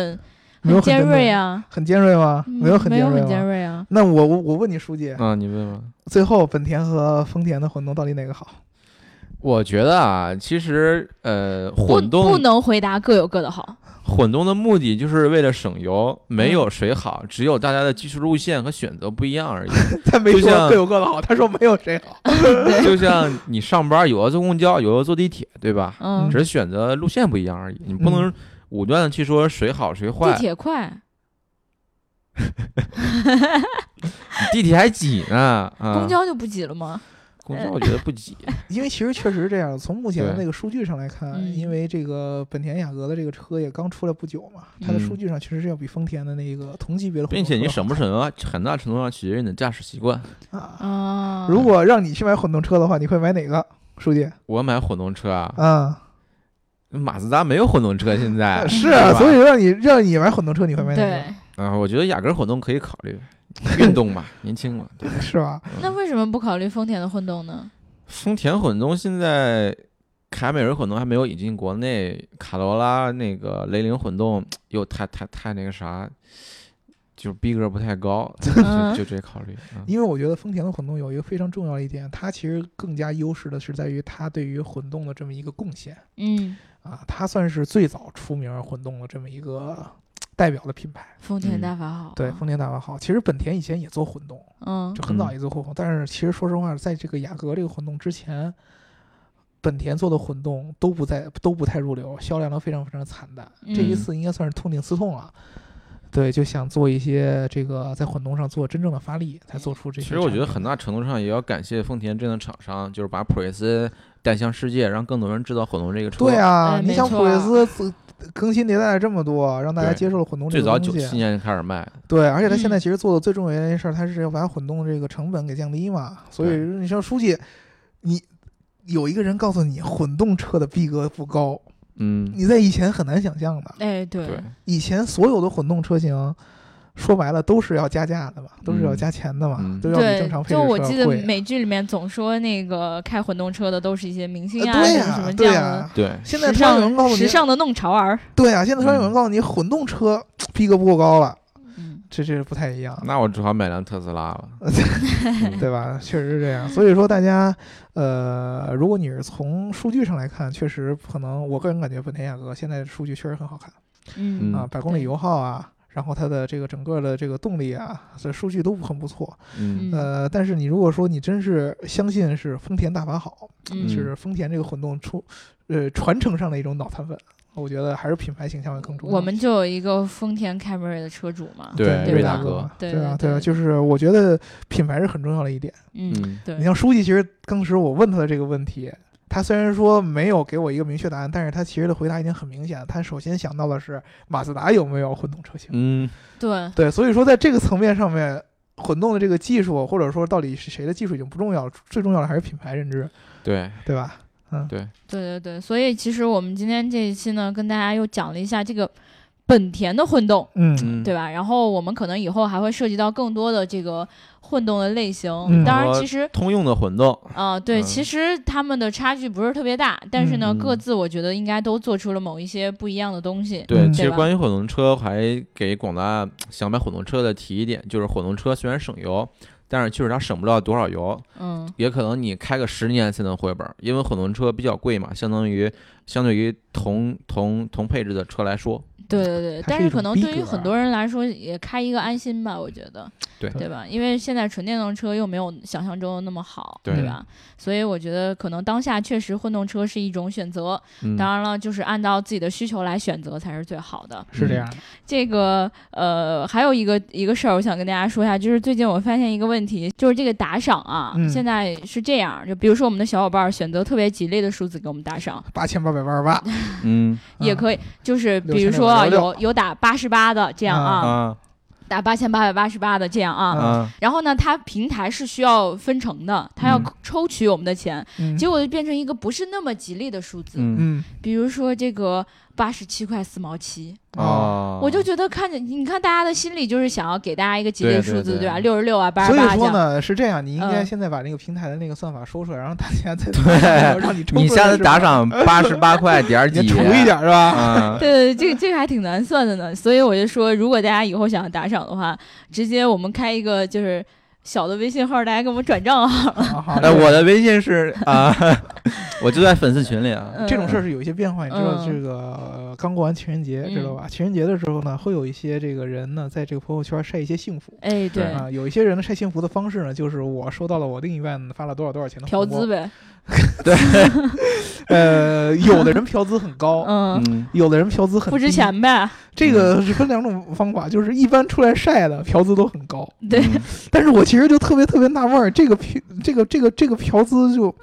[SPEAKER 3] 没有很
[SPEAKER 2] 尖
[SPEAKER 3] 针
[SPEAKER 2] 锐
[SPEAKER 3] 对
[SPEAKER 2] 啊，
[SPEAKER 3] 很尖锐吗？
[SPEAKER 2] 嗯
[SPEAKER 3] 没有很
[SPEAKER 2] 没
[SPEAKER 3] 尖
[SPEAKER 2] 有
[SPEAKER 3] 锐
[SPEAKER 2] 很
[SPEAKER 3] 吗？
[SPEAKER 2] 尖锐啊。
[SPEAKER 3] 那我我我问你，书记，
[SPEAKER 4] 啊，你问吧。
[SPEAKER 3] 最后本田和丰田的混动到底哪个好？ *laughs*
[SPEAKER 4] 我觉得啊，其实呃，
[SPEAKER 2] 不
[SPEAKER 4] 混
[SPEAKER 2] 不
[SPEAKER 4] 动
[SPEAKER 2] 能回答各有各的好。
[SPEAKER 4] 混动的目的就是为了省油，
[SPEAKER 2] 嗯
[SPEAKER 4] 没有谁好，只有大家的技术路线和选择不一样而已。
[SPEAKER 3] 他没
[SPEAKER 4] 就
[SPEAKER 3] 说
[SPEAKER 4] 像
[SPEAKER 3] 各有各的好，他说没有谁
[SPEAKER 2] *laughs*
[SPEAKER 3] 好。
[SPEAKER 4] *laughs* 就像你上班有的坐公交，有的坐地铁，对吧？
[SPEAKER 2] 嗯，
[SPEAKER 4] 只是选择路线不一样而已，你不
[SPEAKER 3] 嗯
[SPEAKER 4] 能武断的去说谁好谁坏
[SPEAKER 2] 地。铁快，
[SPEAKER 4] 地铁还挤呢，啊，
[SPEAKER 2] 公交就呃不挤了吗？
[SPEAKER 4] 公交我觉得不挤，
[SPEAKER 3] 因为其实确实是这样，从目前的
[SPEAKER 4] 对
[SPEAKER 3] 那个数据上来看，
[SPEAKER 2] 嗯
[SPEAKER 3] 因为这个本田雅阁的这个车也刚出来不久嘛，它的
[SPEAKER 4] 嗯
[SPEAKER 3] 数据上确实是要比丰田的那个同级别的混
[SPEAKER 4] 并
[SPEAKER 3] 动车好，
[SPEAKER 4] 且你省不省啊，很大程度上取决于你的驾驶习惯。
[SPEAKER 3] 啊？
[SPEAKER 2] 啊，
[SPEAKER 3] 如果让你去买混动车的话，你会买哪个？书记，
[SPEAKER 4] 我买混动车啊，
[SPEAKER 3] 嗯，。
[SPEAKER 4] 马自达没有混动车现在
[SPEAKER 3] 是
[SPEAKER 4] 对
[SPEAKER 3] 啊，
[SPEAKER 4] 吧
[SPEAKER 3] 所以让你让你买混动车，你会买哪
[SPEAKER 2] 对
[SPEAKER 3] 个？，
[SPEAKER 4] 啊，我觉得雅阁混动可以考虑，运动嘛，年轻嘛。对
[SPEAKER 3] 是吧？
[SPEAKER 2] 那为什么不考虑丰田的混动呢？
[SPEAKER 4] 丰田混动现在凯美瑞混动还没有引进国内，卡罗拉那个雷凌混动又太太太那个啥，就逼格不
[SPEAKER 3] *laughs*
[SPEAKER 4] 太高，就
[SPEAKER 2] 嗯
[SPEAKER 4] 就这考虑。嗯
[SPEAKER 3] 因为我觉得丰田的混动有一个非常重要的一点，它其实更加优势的是在于它对于混动的这么一个贡献
[SPEAKER 2] 嗯，
[SPEAKER 3] 啊，它算是最早出名混动的这么一个代表的品牌。
[SPEAKER 2] 丰田大法好啊，
[SPEAKER 3] 嗯对，丰田大法好。其实本田以前也做混动，
[SPEAKER 2] 嗯
[SPEAKER 3] 就很早
[SPEAKER 4] 嗯
[SPEAKER 3] 也做混动，但是其实说实话，在这个雅阁这个混动之前，本田做的混动都不在都不太入流，销量都非常非常惨淡。这一
[SPEAKER 4] 嗯
[SPEAKER 3] 次应该算是痛定思痛了。对，就想做一些这个在混动上做真正的发力，才做出这
[SPEAKER 4] 其
[SPEAKER 3] 些
[SPEAKER 4] 实
[SPEAKER 3] 产品。
[SPEAKER 4] 我觉得很大程度上也要感谢丰田这样的厂商，就是把普锐斯带向世界，让更多人知道混动这个车。
[SPEAKER 3] 对啊，
[SPEAKER 2] 哎
[SPEAKER 3] 你
[SPEAKER 2] 没
[SPEAKER 3] 像
[SPEAKER 2] 错
[SPEAKER 3] 普锐
[SPEAKER 2] 啊
[SPEAKER 3] 斯自更新迭代了这么多，让大家
[SPEAKER 4] 对
[SPEAKER 3] 接受了混动这
[SPEAKER 4] 最
[SPEAKER 3] 个
[SPEAKER 4] 早
[SPEAKER 3] 东
[SPEAKER 4] 九
[SPEAKER 3] 西。啊
[SPEAKER 4] 七年就开始卖，
[SPEAKER 3] 对，而且它现在
[SPEAKER 2] 嗯
[SPEAKER 3] 其实做的最重要的一件事儿，它是要把混动这个成本给降低嘛。所以
[SPEAKER 4] 对
[SPEAKER 3] 你像书记，你有一个人告诉你混动车的逼格不高，
[SPEAKER 4] 嗯，
[SPEAKER 3] 你在以前很难想象的。
[SPEAKER 2] 哎，对
[SPEAKER 4] 对，
[SPEAKER 3] 以前所有的混动车型，说白了都是要加价的嘛，都是要
[SPEAKER 4] 嗯
[SPEAKER 3] 加钱的嘛，
[SPEAKER 4] 嗯
[SPEAKER 3] 都要比正常
[SPEAKER 2] 对，
[SPEAKER 3] 配置
[SPEAKER 2] 就
[SPEAKER 3] 车
[SPEAKER 2] 我
[SPEAKER 3] 要
[SPEAKER 2] 记得
[SPEAKER 3] 贵啊。
[SPEAKER 2] 美剧里面总说那个开混动车的都是一些明星
[SPEAKER 3] 呃
[SPEAKER 2] 啊，
[SPEAKER 3] 对
[SPEAKER 2] 什
[SPEAKER 3] 呀、
[SPEAKER 2] 么什么这
[SPEAKER 3] 对
[SPEAKER 2] 样
[SPEAKER 3] 呀、
[SPEAKER 2] 的。
[SPEAKER 4] 对，
[SPEAKER 3] 现在
[SPEAKER 2] 时
[SPEAKER 3] 突然有人告
[SPEAKER 2] 尚
[SPEAKER 3] 诉
[SPEAKER 2] 时
[SPEAKER 3] 你，
[SPEAKER 2] 尚的弄潮儿，
[SPEAKER 3] 对啊，现在突然有人
[SPEAKER 4] 嗯
[SPEAKER 3] 告诉你，混动车逼格不够高了，
[SPEAKER 2] 嗯，
[SPEAKER 3] 这这是不太一样。
[SPEAKER 4] 那我只好买辆特斯拉了。嗯
[SPEAKER 3] *laughs* 对吧？确实是这样。所以说，大家，呃，如果你是从数据上来看，确实可能，我个人感觉本田雅阁现在数据确实很好看
[SPEAKER 2] 嗯
[SPEAKER 3] 啊，
[SPEAKER 4] 嗯
[SPEAKER 3] 百公里
[SPEAKER 2] 对
[SPEAKER 3] 油耗啊，然后它的这个整个的这个动力啊，这数据都很不错。
[SPEAKER 4] 嗯，
[SPEAKER 3] 呃，但是你如果说你真是相信是丰田大法好，
[SPEAKER 2] 嗯
[SPEAKER 3] 是丰田这个混动出，呃，传承上的一种脑残粉，我觉得还是品牌形象会更重要。
[SPEAKER 2] 我们就有一个丰田凯美瑞的车主嘛，
[SPEAKER 4] 对
[SPEAKER 2] 瑞
[SPEAKER 3] 瑞
[SPEAKER 2] 达
[SPEAKER 3] 达
[SPEAKER 4] 哥
[SPEAKER 3] 嘛
[SPEAKER 2] 对
[SPEAKER 3] 对啊，
[SPEAKER 2] 对
[SPEAKER 3] 对啊，
[SPEAKER 2] 对
[SPEAKER 3] 就是我觉得品牌是很重要的一点。
[SPEAKER 2] 嗯
[SPEAKER 4] 嗯，
[SPEAKER 2] 对
[SPEAKER 3] 你，像书记，其实当时我问他的这个问题，他虽然说没有给我一个明确答案，但是他其实的回答已经很明显了。他首先想到的是马自达有没有混动车型。
[SPEAKER 4] 嗯，
[SPEAKER 2] 对，
[SPEAKER 3] 对，所以说在这个层面上面，混动的这个技术，或者说到底是谁的技术已经不重要了，最重要的还是品牌认知，
[SPEAKER 4] 对
[SPEAKER 3] 对吧？
[SPEAKER 4] 对，
[SPEAKER 2] 对对对，所以其实我们今天这一期呢，跟大家又讲了一下这个。本田的混动，
[SPEAKER 3] 嗯，
[SPEAKER 4] 嗯，
[SPEAKER 2] 对吧？然后我们可能以后还会涉及到更多的这个混动的类型。
[SPEAKER 3] 嗯
[SPEAKER 2] 当然，
[SPEAKER 4] 我
[SPEAKER 2] 其实
[SPEAKER 4] 通用的混动，
[SPEAKER 2] *laughs* 啊、对，
[SPEAKER 4] 嗯
[SPEAKER 2] 其实他们的差距不是特别大，但是呢，
[SPEAKER 4] 嗯
[SPEAKER 2] 各自我觉得应该都做出了某一些不一样的东西。
[SPEAKER 4] 对，
[SPEAKER 3] 嗯
[SPEAKER 4] 其
[SPEAKER 2] 对
[SPEAKER 4] 实
[SPEAKER 2] 吧
[SPEAKER 4] 关于混动车，还给广大想买混动车的提一点，就是混动车虽然省油，但是确实它省不了多少油，
[SPEAKER 2] 嗯
[SPEAKER 4] 也可能你开个十年才能回本儿，因为混动车比较贵嘛，相当于相对于同同同配置的车来说，，
[SPEAKER 2] 对对对，
[SPEAKER 3] 它
[SPEAKER 2] 但
[SPEAKER 3] 是一
[SPEAKER 2] 是
[SPEAKER 3] 种
[SPEAKER 2] 可能
[SPEAKER 3] 逼
[SPEAKER 2] 对于
[SPEAKER 3] 格
[SPEAKER 2] 很
[SPEAKER 3] 啊
[SPEAKER 2] 多人来说，也开一个安心吧，我觉得，
[SPEAKER 4] 对
[SPEAKER 2] 对吧？因为现在纯电动车又没有想象中的那么好，
[SPEAKER 4] 对
[SPEAKER 2] 吧？所以我觉得可能当下确实混动车是一种选择，
[SPEAKER 4] 嗯，
[SPEAKER 2] 当然了，就是按照自己的需求来选择才是最好的。
[SPEAKER 3] 是这样的，
[SPEAKER 2] 这个呃，还有一个一个事儿，我想跟大家说一下，就是最近我发现一个问题，就是这个打赏啊，
[SPEAKER 3] 嗯
[SPEAKER 2] 现在是这样，就比如说我们的小伙伴儿选择特别吉利的数字给我们打赏，
[SPEAKER 3] 八千八百八十八
[SPEAKER 4] 嗯
[SPEAKER 2] 也可以，就是比如说啊，有有打八十八的这样啊，
[SPEAKER 4] 啊
[SPEAKER 2] 打八千八百八十八的这样啊。
[SPEAKER 4] 啊，
[SPEAKER 2] 然后呢，它平台是需要分成的，它要
[SPEAKER 4] 嗯
[SPEAKER 2] 抽取我们的钱，
[SPEAKER 3] 嗯
[SPEAKER 2] 结果就变成一个不是那么吉利的数字，
[SPEAKER 4] 嗯
[SPEAKER 3] 嗯
[SPEAKER 2] 比如说这个八十七块四毛七，
[SPEAKER 3] 哦，
[SPEAKER 4] 啊，
[SPEAKER 2] 我就觉得看着你看大家的心里就是想要给大家一个吉利的数字，
[SPEAKER 4] 对对对
[SPEAKER 2] 吧？六十六啊，八十
[SPEAKER 3] 所以
[SPEAKER 2] 八这
[SPEAKER 3] 说
[SPEAKER 2] 样。
[SPEAKER 3] 呢是这样，你应该
[SPEAKER 2] 嗯
[SPEAKER 3] 现在把那个平台的那个算法说出来，然后大家
[SPEAKER 4] *laughs*
[SPEAKER 3] 再让你抽
[SPEAKER 4] 你
[SPEAKER 3] 出来
[SPEAKER 4] 下
[SPEAKER 3] 是吧
[SPEAKER 4] 次
[SPEAKER 3] *laughs*
[SPEAKER 4] 打赏八十八块点儿
[SPEAKER 3] 你
[SPEAKER 4] 几，
[SPEAKER 3] 除一点是
[SPEAKER 2] *laughs*
[SPEAKER 3] 吧？
[SPEAKER 4] *laughs* 啊，
[SPEAKER 2] 对对，对这个这个还挺难算的呢。所以我就说，如果大家以后想要打赏的话，直接我们开一个就是小的微信号，大家给我们转账啊。 *laughs*
[SPEAKER 3] 好好
[SPEAKER 4] 哎，我的微信 *laughs* 是啊，我就在粉丝群里啊，
[SPEAKER 2] 嗯
[SPEAKER 3] 这种事儿是有一些变化，你知道
[SPEAKER 2] 嗯
[SPEAKER 3] 这个呃刚过完情人节，
[SPEAKER 2] 嗯
[SPEAKER 3] 知道吧？情人节的时候呢，会有一些这个人呢，在这个朋友圈晒一些幸福
[SPEAKER 2] 哎，
[SPEAKER 4] 对
[SPEAKER 2] 对，
[SPEAKER 3] 啊，有一些人晒幸福的方式呢，就是我收到了我另一半发了多少多少钱的
[SPEAKER 2] 嫖
[SPEAKER 3] 红包
[SPEAKER 2] 资，呗。
[SPEAKER 3] 呃，有的人嫖资很高，
[SPEAKER 2] 嗯，
[SPEAKER 4] 嗯，
[SPEAKER 3] 有的人嫖资很
[SPEAKER 2] 不值
[SPEAKER 3] 低，
[SPEAKER 2] 钱呗。
[SPEAKER 3] 这
[SPEAKER 2] 嗯
[SPEAKER 3] 个是分两种方法，就是一般出来晒的嫖资都很高，
[SPEAKER 2] 对，
[SPEAKER 4] 嗯
[SPEAKER 3] 但是我其实就特别特别纳闷儿，这个嫖这个这个这个嫖资就。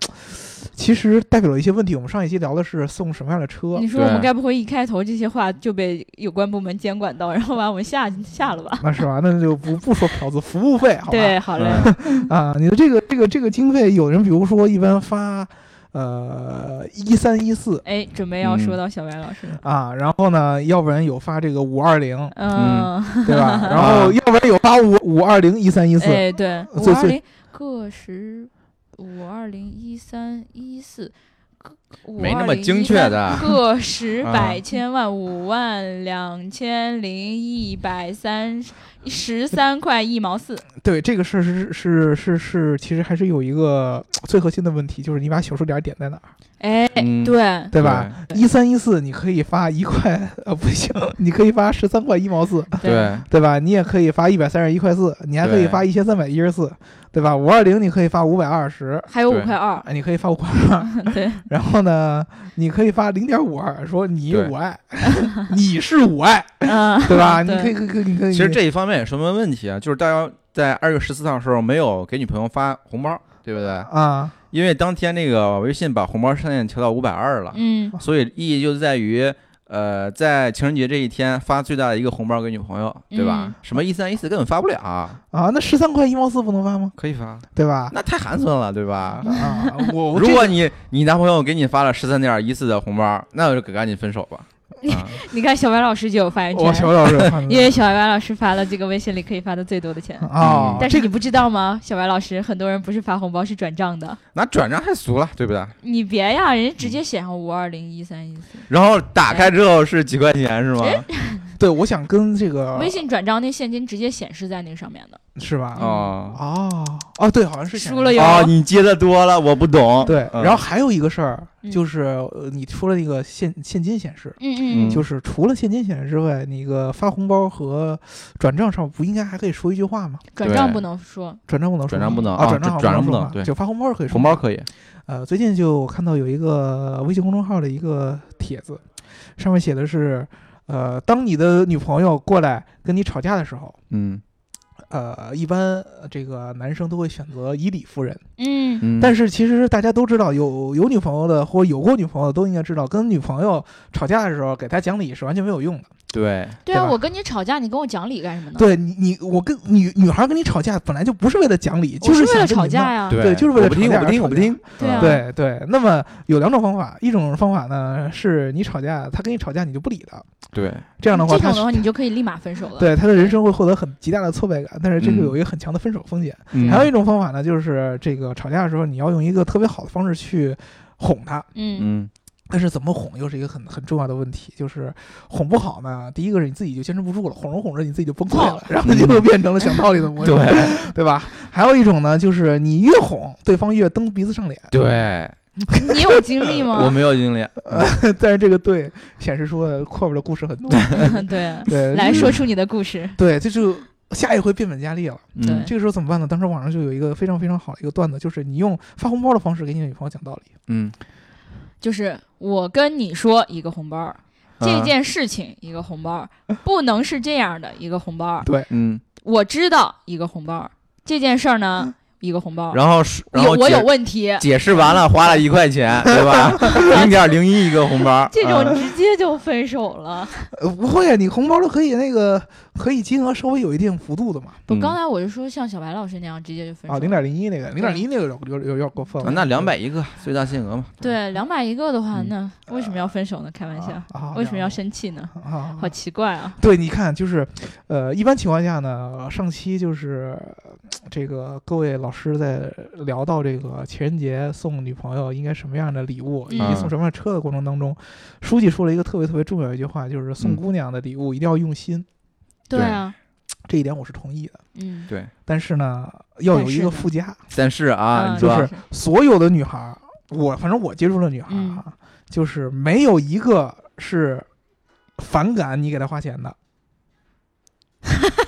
[SPEAKER 3] 其实代表了一些问题。我们上一期聊的是送什么样的车，
[SPEAKER 2] 你说我们
[SPEAKER 4] 对
[SPEAKER 2] 该不会一开头这些话就被有关部门监管到，然后把我们下下了吧？
[SPEAKER 3] *laughs* 那是吧？那就不不说嫖资，服务费好吧？
[SPEAKER 2] 对，好嘞。
[SPEAKER 4] 嗯
[SPEAKER 3] 啊，你的这个这个这个经费，有人比如说一般发，呃一三一四
[SPEAKER 2] 哎，准备要说
[SPEAKER 4] 嗯
[SPEAKER 2] 到小白老师了。
[SPEAKER 3] 啊，然后呢，要不然有发这个五二零，
[SPEAKER 2] 嗯，
[SPEAKER 3] 对吧？
[SPEAKER 2] *laughs*
[SPEAKER 3] 然后要不然有发五五二零一三一四，
[SPEAKER 2] 哎，对，五
[SPEAKER 3] 最
[SPEAKER 2] 二零
[SPEAKER 3] 最
[SPEAKER 2] 个十，五二零一三一四，个
[SPEAKER 4] 没那么精确的 *laughs*
[SPEAKER 2] 52013个十
[SPEAKER 4] 啊
[SPEAKER 2] 百千万五万两千零一百三十十三块一毛四。
[SPEAKER 3] 对这个事儿是是是是，其实还是有一个最核心的问题，就是你把小数点点在哪儿，
[SPEAKER 2] 哎，
[SPEAKER 4] 嗯
[SPEAKER 2] 对，
[SPEAKER 3] 对吧？？一三一四你可以发一块，呃不行，你可以发十三块一毛四，
[SPEAKER 4] 对，
[SPEAKER 3] 对吧？你也可以发一百三十一块四，你还可以
[SPEAKER 4] 对
[SPEAKER 3] 发一千三百一十四，对吧？五二零你可以发五百二十，
[SPEAKER 2] 还有五
[SPEAKER 4] 对
[SPEAKER 2] 块
[SPEAKER 4] *laughs*
[SPEAKER 2] 二，
[SPEAKER 3] 啊，你可以发五块二，
[SPEAKER 2] 对，
[SPEAKER 3] 然后呢，你可以发零点五二，说你
[SPEAKER 4] 对
[SPEAKER 3] 我爱， *laughs* 你是我爱，
[SPEAKER 2] 嗯，*laughs*
[SPEAKER 3] 对吧？你
[SPEAKER 2] 对
[SPEAKER 3] 可以，可以，可以，你可以。
[SPEAKER 4] 其实这一方面也说明问题啊，就是大家在二月十四号的时候没有给女朋友发红包，对不对？
[SPEAKER 3] 啊，
[SPEAKER 4] 因为当天那个微信把红包上限调到五百二了， *laughs*
[SPEAKER 2] 嗯，
[SPEAKER 4] 所以意义就在于。呃，在情人节这一天发最大的一个红包给女朋友，对吧？
[SPEAKER 2] 嗯
[SPEAKER 4] 什么一三一四根本发不了，
[SPEAKER 3] 啊，那十三块一毛四不能发吗？
[SPEAKER 4] 可以发，
[SPEAKER 3] 对
[SPEAKER 4] *laughs*
[SPEAKER 3] 吧？
[SPEAKER 4] 那太寒酸了，对吧？
[SPEAKER 3] 啊，我我
[SPEAKER 4] 如
[SPEAKER 3] 这
[SPEAKER 4] 果你你男朋友给你发了十三点一四的红包，那就赶紧分手吧。啊
[SPEAKER 2] 你看小白老师就有发言
[SPEAKER 3] 我
[SPEAKER 2] 权，
[SPEAKER 3] 小老
[SPEAKER 2] *laughs*
[SPEAKER 3] 师有看
[SPEAKER 2] 因为小白老师发了这个微信里可以发的最多的钱。
[SPEAKER 3] 啊，
[SPEAKER 2] 嗯但
[SPEAKER 3] 这
[SPEAKER 2] 是
[SPEAKER 3] 个
[SPEAKER 2] 你不知道吗，小白老师，很多人不是发红包，是转账的。
[SPEAKER 4] 那转账太俗了，对不对？
[SPEAKER 2] 你别呀，人家
[SPEAKER 3] 嗯
[SPEAKER 2] 直接写上五二零一三一四，
[SPEAKER 4] 然后打开之后是几块钱是吗？
[SPEAKER 3] 对，我想跟这个
[SPEAKER 2] 微信转账那现金直接显示在那上面的。
[SPEAKER 3] 是吧？
[SPEAKER 4] 哦，
[SPEAKER 3] 哦哦，对，好像是
[SPEAKER 2] 输了
[SPEAKER 3] 有
[SPEAKER 2] 有
[SPEAKER 4] 哦，你接的多了，我不懂。
[SPEAKER 3] 哎对。
[SPEAKER 4] 嗯
[SPEAKER 3] 然后还有一个事儿
[SPEAKER 2] 嗯
[SPEAKER 3] 就是，呃你除了那个现现金显示，
[SPEAKER 2] 嗯
[SPEAKER 4] 嗯
[SPEAKER 3] 就是除了现金显示之外，那个发红包和转账上不应该还可以说一句话吗？
[SPEAKER 2] 转账不能说，
[SPEAKER 3] 转账不能说
[SPEAKER 4] 转账不能
[SPEAKER 3] 啊，
[SPEAKER 4] 啊
[SPEAKER 3] 转账好像
[SPEAKER 4] 转账不
[SPEAKER 3] 说
[SPEAKER 4] 能
[SPEAKER 3] 话
[SPEAKER 4] 对
[SPEAKER 3] 就发红包可以说
[SPEAKER 4] 红包。可以，
[SPEAKER 3] 呃，最近就我看到有一个微信公众号的一个帖子，上面写的是，呃，当你的女朋友过来跟你吵架的时候，
[SPEAKER 4] 嗯，
[SPEAKER 3] 呃，一般呃这个男生都会选择以理服人，
[SPEAKER 2] 嗯
[SPEAKER 4] 嗯，
[SPEAKER 3] 但
[SPEAKER 4] 是
[SPEAKER 3] 是其实大家都知道，有有女朋友的或有过女朋友的都应该知道，跟女朋友吵架的时候给她讲理是完全没有用的。
[SPEAKER 4] 对，
[SPEAKER 2] 对啊，
[SPEAKER 3] 对吧
[SPEAKER 2] 我跟你吵架，你跟我讲理干什么呢？
[SPEAKER 3] 对你，你我跟女女孩跟你吵架，本来就不是为了讲理，
[SPEAKER 2] 我
[SPEAKER 3] 就是
[SPEAKER 2] 为了
[SPEAKER 3] 想跟你
[SPEAKER 2] 吵架
[SPEAKER 3] 闹。
[SPEAKER 2] 呀。
[SPEAKER 3] 对就是为了
[SPEAKER 4] 我不听，
[SPEAKER 3] 吵
[SPEAKER 4] 我
[SPEAKER 3] 架
[SPEAKER 4] 不听，我不听。
[SPEAKER 2] 对啊
[SPEAKER 3] 对对，那么有两种方法，一种方法呢是你吵架，他跟你吵架你就不理他，
[SPEAKER 4] 对，
[SPEAKER 3] 这样的话
[SPEAKER 2] 这
[SPEAKER 3] 他
[SPEAKER 2] 种
[SPEAKER 3] 是
[SPEAKER 2] 的话，你就可以立马分手了。
[SPEAKER 3] 对他的人生会获得很极大的挫败感，但是这个
[SPEAKER 4] 嗯
[SPEAKER 3] 有一个很强的分手风险。
[SPEAKER 4] 嗯
[SPEAKER 3] 还有一种方法呢，就是这个吵架的时候你要用一个特别好的方式去哄他，
[SPEAKER 2] 嗯，
[SPEAKER 4] 嗯
[SPEAKER 3] 但是怎么哄又是一个很很重要的问题，就是哄不好呢，第一个是你自己就坚持不住了，哄着哄着你自己就崩溃了，然后就变成了讲道理的模式， *laughs* 对对吧？还有一种呢，就是你越哄对方越蹬鼻子上脸，
[SPEAKER 4] 对，
[SPEAKER 2] 你有经历
[SPEAKER 4] 我
[SPEAKER 2] 吗？
[SPEAKER 4] 没有经历，
[SPEAKER 3] *laughs* 但是这个对显示出了后边的故事很多， *laughs*
[SPEAKER 2] 对，啊 *laughs*
[SPEAKER 3] 对，
[SPEAKER 2] 来
[SPEAKER 3] 就是
[SPEAKER 2] 说出你的故事。
[SPEAKER 3] 对，这就下一回变本加厉了。
[SPEAKER 4] 嗯
[SPEAKER 3] 这个时候怎么办呢？当时网上就有一个非常非常好的一个段子，就是你用发红包的方式给你女朋友讲道理。
[SPEAKER 4] 嗯，
[SPEAKER 2] 就是我跟你说一个红包儿，这
[SPEAKER 3] 嗯
[SPEAKER 4] 啊，
[SPEAKER 2] 件事情一个红包儿，不能是这样的一个红包儿。
[SPEAKER 4] 嗯，
[SPEAKER 2] 我知道一个红包儿，这件事儿
[SPEAKER 3] 嗯
[SPEAKER 2] 呢一个红包儿。
[SPEAKER 4] 然后是，然
[SPEAKER 2] 哦有
[SPEAKER 4] 后
[SPEAKER 2] 我有
[SPEAKER 4] 解
[SPEAKER 2] 问题，
[SPEAKER 4] 解释完了，花了一块
[SPEAKER 2] *laughs*
[SPEAKER 4] 钱，对吧？零点零一一个红包，
[SPEAKER 2] 这种
[SPEAKER 4] 啊
[SPEAKER 2] 直接就分手了。
[SPEAKER 3] 呃，不会啊，你红包都可以那个可以金额稍微有一定幅度的嘛。
[SPEAKER 2] 不，
[SPEAKER 4] 嗯
[SPEAKER 2] 刚才我就说像小白老师那样直接就分手
[SPEAKER 3] 啊，
[SPEAKER 2] 了。
[SPEAKER 3] 零点零一那个，零点零一那个有有有点过分
[SPEAKER 4] 啊
[SPEAKER 3] 了。
[SPEAKER 4] 那两百一个最大限额嘛？
[SPEAKER 2] 对，两百一个的话，
[SPEAKER 4] 嗯
[SPEAKER 2] 那为什么要分手呢？开玩笑
[SPEAKER 3] 啊，啊
[SPEAKER 2] 为什么要生气呢？
[SPEAKER 3] 啊啊？
[SPEAKER 2] 好奇怪啊！
[SPEAKER 3] 对，你看，就是，呃，一般情况下呢，上期就是这个各位老师在聊到这个情人节送女朋友应该什么样的礼物，以及
[SPEAKER 4] 嗯
[SPEAKER 3] 送什么样的车的过程当中，书记说了一个特别特别重要的一句话，就是送
[SPEAKER 4] 嗯
[SPEAKER 3] 姑娘的礼物一定要用心，
[SPEAKER 2] 对啊，
[SPEAKER 3] 这一点我是同意的。
[SPEAKER 2] 嗯，
[SPEAKER 4] 对，
[SPEAKER 3] 但是呢，要
[SPEAKER 2] 但
[SPEAKER 3] 有一
[SPEAKER 2] 是
[SPEAKER 3] 个
[SPEAKER 2] 呢
[SPEAKER 3] 附加，
[SPEAKER 4] 但是啊，
[SPEAKER 2] 嗯
[SPEAKER 4] 你
[SPEAKER 3] 就
[SPEAKER 4] 说
[SPEAKER 3] 是所有的女孩儿，我反正我接触的女孩儿
[SPEAKER 2] 嗯
[SPEAKER 3] 啊，就是没有一个是反感你给她花钱的。
[SPEAKER 2] *laughs*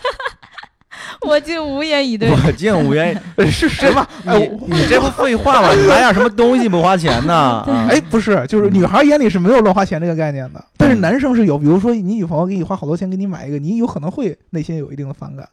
[SPEAKER 2] 我竟无言以对。
[SPEAKER 4] *laughs* 我竟无言以，
[SPEAKER 3] *laughs* 是什么？ *laughs* 哎
[SPEAKER 4] 你
[SPEAKER 3] 我
[SPEAKER 4] 你这不废话吗？你买点什么东西不花钱呢？
[SPEAKER 2] *laughs*
[SPEAKER 4] 啊
[SPEAKER 3] 哎，不是，就是女孩眼里是没有乱花钱这个概念的，但是男生是有。比如说，你女朋友给你花好多钱给你买一个，你有可能会内心有一定的反感。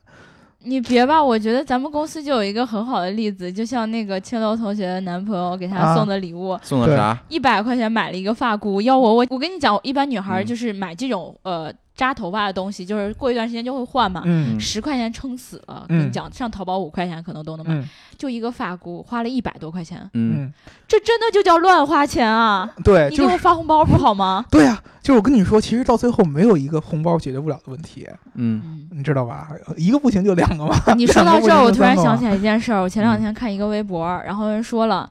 [SPEAKER 2] 你别吧，我觉得咱们公司就有一个很好的例子，就像那个青楼同学的男朋友给
[SPEAKER 3] 啊
[SPEAKER 2] 他送的礼物，
[SPEAKER 4] 送的啥？
[SPEAKER 2] 一百、块钱买了一个发箍。要我，我我跟你讲，一般女孩
[SPEAKER 4] 嗯
[SPEAKER 2] 就是买这种、呃扎头发的东西，就是过一段时间就会换嘛。
[SPEAKER 3] 嗯
[SPEAKER 2] 十块钱撑死了，跟
[SPEAKER 3] 嗯
[SPEAKER 2] 你讲，上淘宝五块钱可能都能买，
[SPEAKER 3] 嗯
[SPEAKER 2] 就一个发箍，花了一百多块钱，
[SPEAKER 4] 嗯，
[SPEAKER 3] 嗯，
[SPEAKER 2] 这真的就叫乱花钱啊！
[SPEAKER 3] 对，
[SPEAKER 2] 你给
[SPEAKER 3] 哎就
[SPEAKER 2] 我
[SPEAKER 3] 是
[SPEAKER 2] 发红包不好吗？
[SPEAKER 3] 对呀、就是我跟你说，其实到最后没有一个红包解决不了的问题，
[SPEAKER 4] 嗯
[SPEAKER 2] 嗯，
[SPEAKER 3] 你知道吧？一个不行就两个嘛。
[SPEAKER 2] 你说到这儿，我突然想起
[SPEAKER 3] 来，
[SPEAKER 2] 来一件事儿。我前
[SPEAKER 3] 嗯
[SPEAKER 2] 两天看一个微博，然后人说了，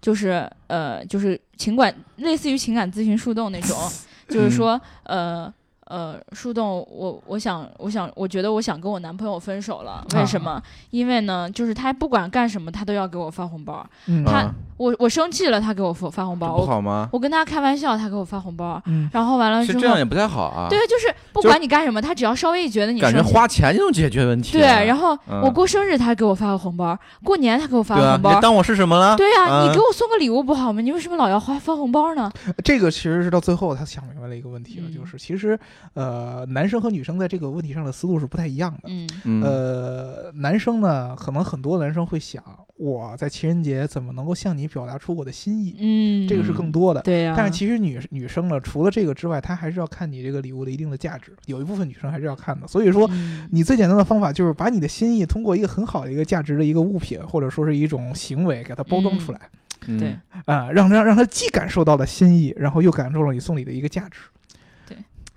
[SPEAKER 2] 就是呃，就是情感类似于情感咨询树洞那
[SPEAKER 3] *laughs*
[SPEAKER 2] 种，
[SPEAKER 3] 嗯
[SPEAKER 2] 就是说呃呃，树洞，我我想我想我觉得我想跟我男朋友分手了，
[SPEAKER 3] 啊
[SPEAKER 2] 为什么？因为呢，就是他不管干什么，他都要给我发红包。
[SPEAKER 3] 嗯
[SPEAKER 2] 他
[SPEAKER 4] 啊
[SPEAKER 2] 我我生气了，他给我发发红
[SPEAKER 4] 这
[SPEAKER 2] 包。
[SPEAKER 4] 不
[SPEAKER 2] 我
[SPEAKER 4] 好吗？
[SPEAKER 2] 我跟他开玩笑，他给我发红包。
[SPEAKER 3] 嗯，
[SPEAKER 2] 然后完了
[SPEAKER 4] 是
[SPEAKER 2] 之
[SPEAKER 4] 这样
[SPEAKER 2] 后，
[SPEAKER 4] 也不太好啊。
[SPEAKER 2] 对，就是不
[SPEAKER 4] 就
[SPEAKER 2] 管你干什么，他只要稍微觉得你
[SPEAKER 4] 感
[SPEAKER 2] 生
[SPEAKER 4] 觉
[SPEAKER 2] 气。
[SPEAKER 4] 花钱就能解决问题。
[SPEAKER 2] 对，然后
[SPEAKER 4] 嗯
[SPEAKER 2] 我过生日他给我发个红包，过年他给我发
[SPEAKER 4] 对
[SPEAKER 2] 个
[SPEAKER 4] 啊，
[SPEAKER 2] 红
[SPEAKER 4] 你
[SPEAKER 2] 包。
[SPEAKER 4] 当我是什么了？
[SPEAKER 2] 对呀、
[SPEAKER 4] 啊
[SPEAKER 2] 你给我送个礼物不好吗？你为什么老要花发红包呢？
[SPEAKER 3] 这个其实是到最后他想明白了一个问题了，
[SPEAKER 2] 嗯
[SPEAKER 3] 就是其实呃，男生和女生在这个问题上的思路是不太一样的。
[SPEAKER 2] 嗯
[SPEAKER 4] 嗯，
[SPEAKER 3] 呃，男生呢，可能很多男生会想，我在情人节怎么能够向你表达出我的心意？
[SPEAKER 2] 嗯，
[SPEAKER 3] 这个是更多的。
[SPEAKER 2] 对啊呀、
[SPEAKER 3] 但是其实女女生呢，除了这个之外，她还是要看你这个礼物的一定的价值，有一部分女生还是要看的。所以说，
[SPEAKER 2] 嗯
[SPEAKER 3] 你最简单的方法就是把你的心意通过一个很好的一个价值的一个物品，或者说是一种行为，给它包装出来
[SPEAKER 4] 嗯
[SPEAKER 2] 对，
[SPEAKER 3] 啊、让让让她既感受到了心意，然后又感受了你送礼的一个价值。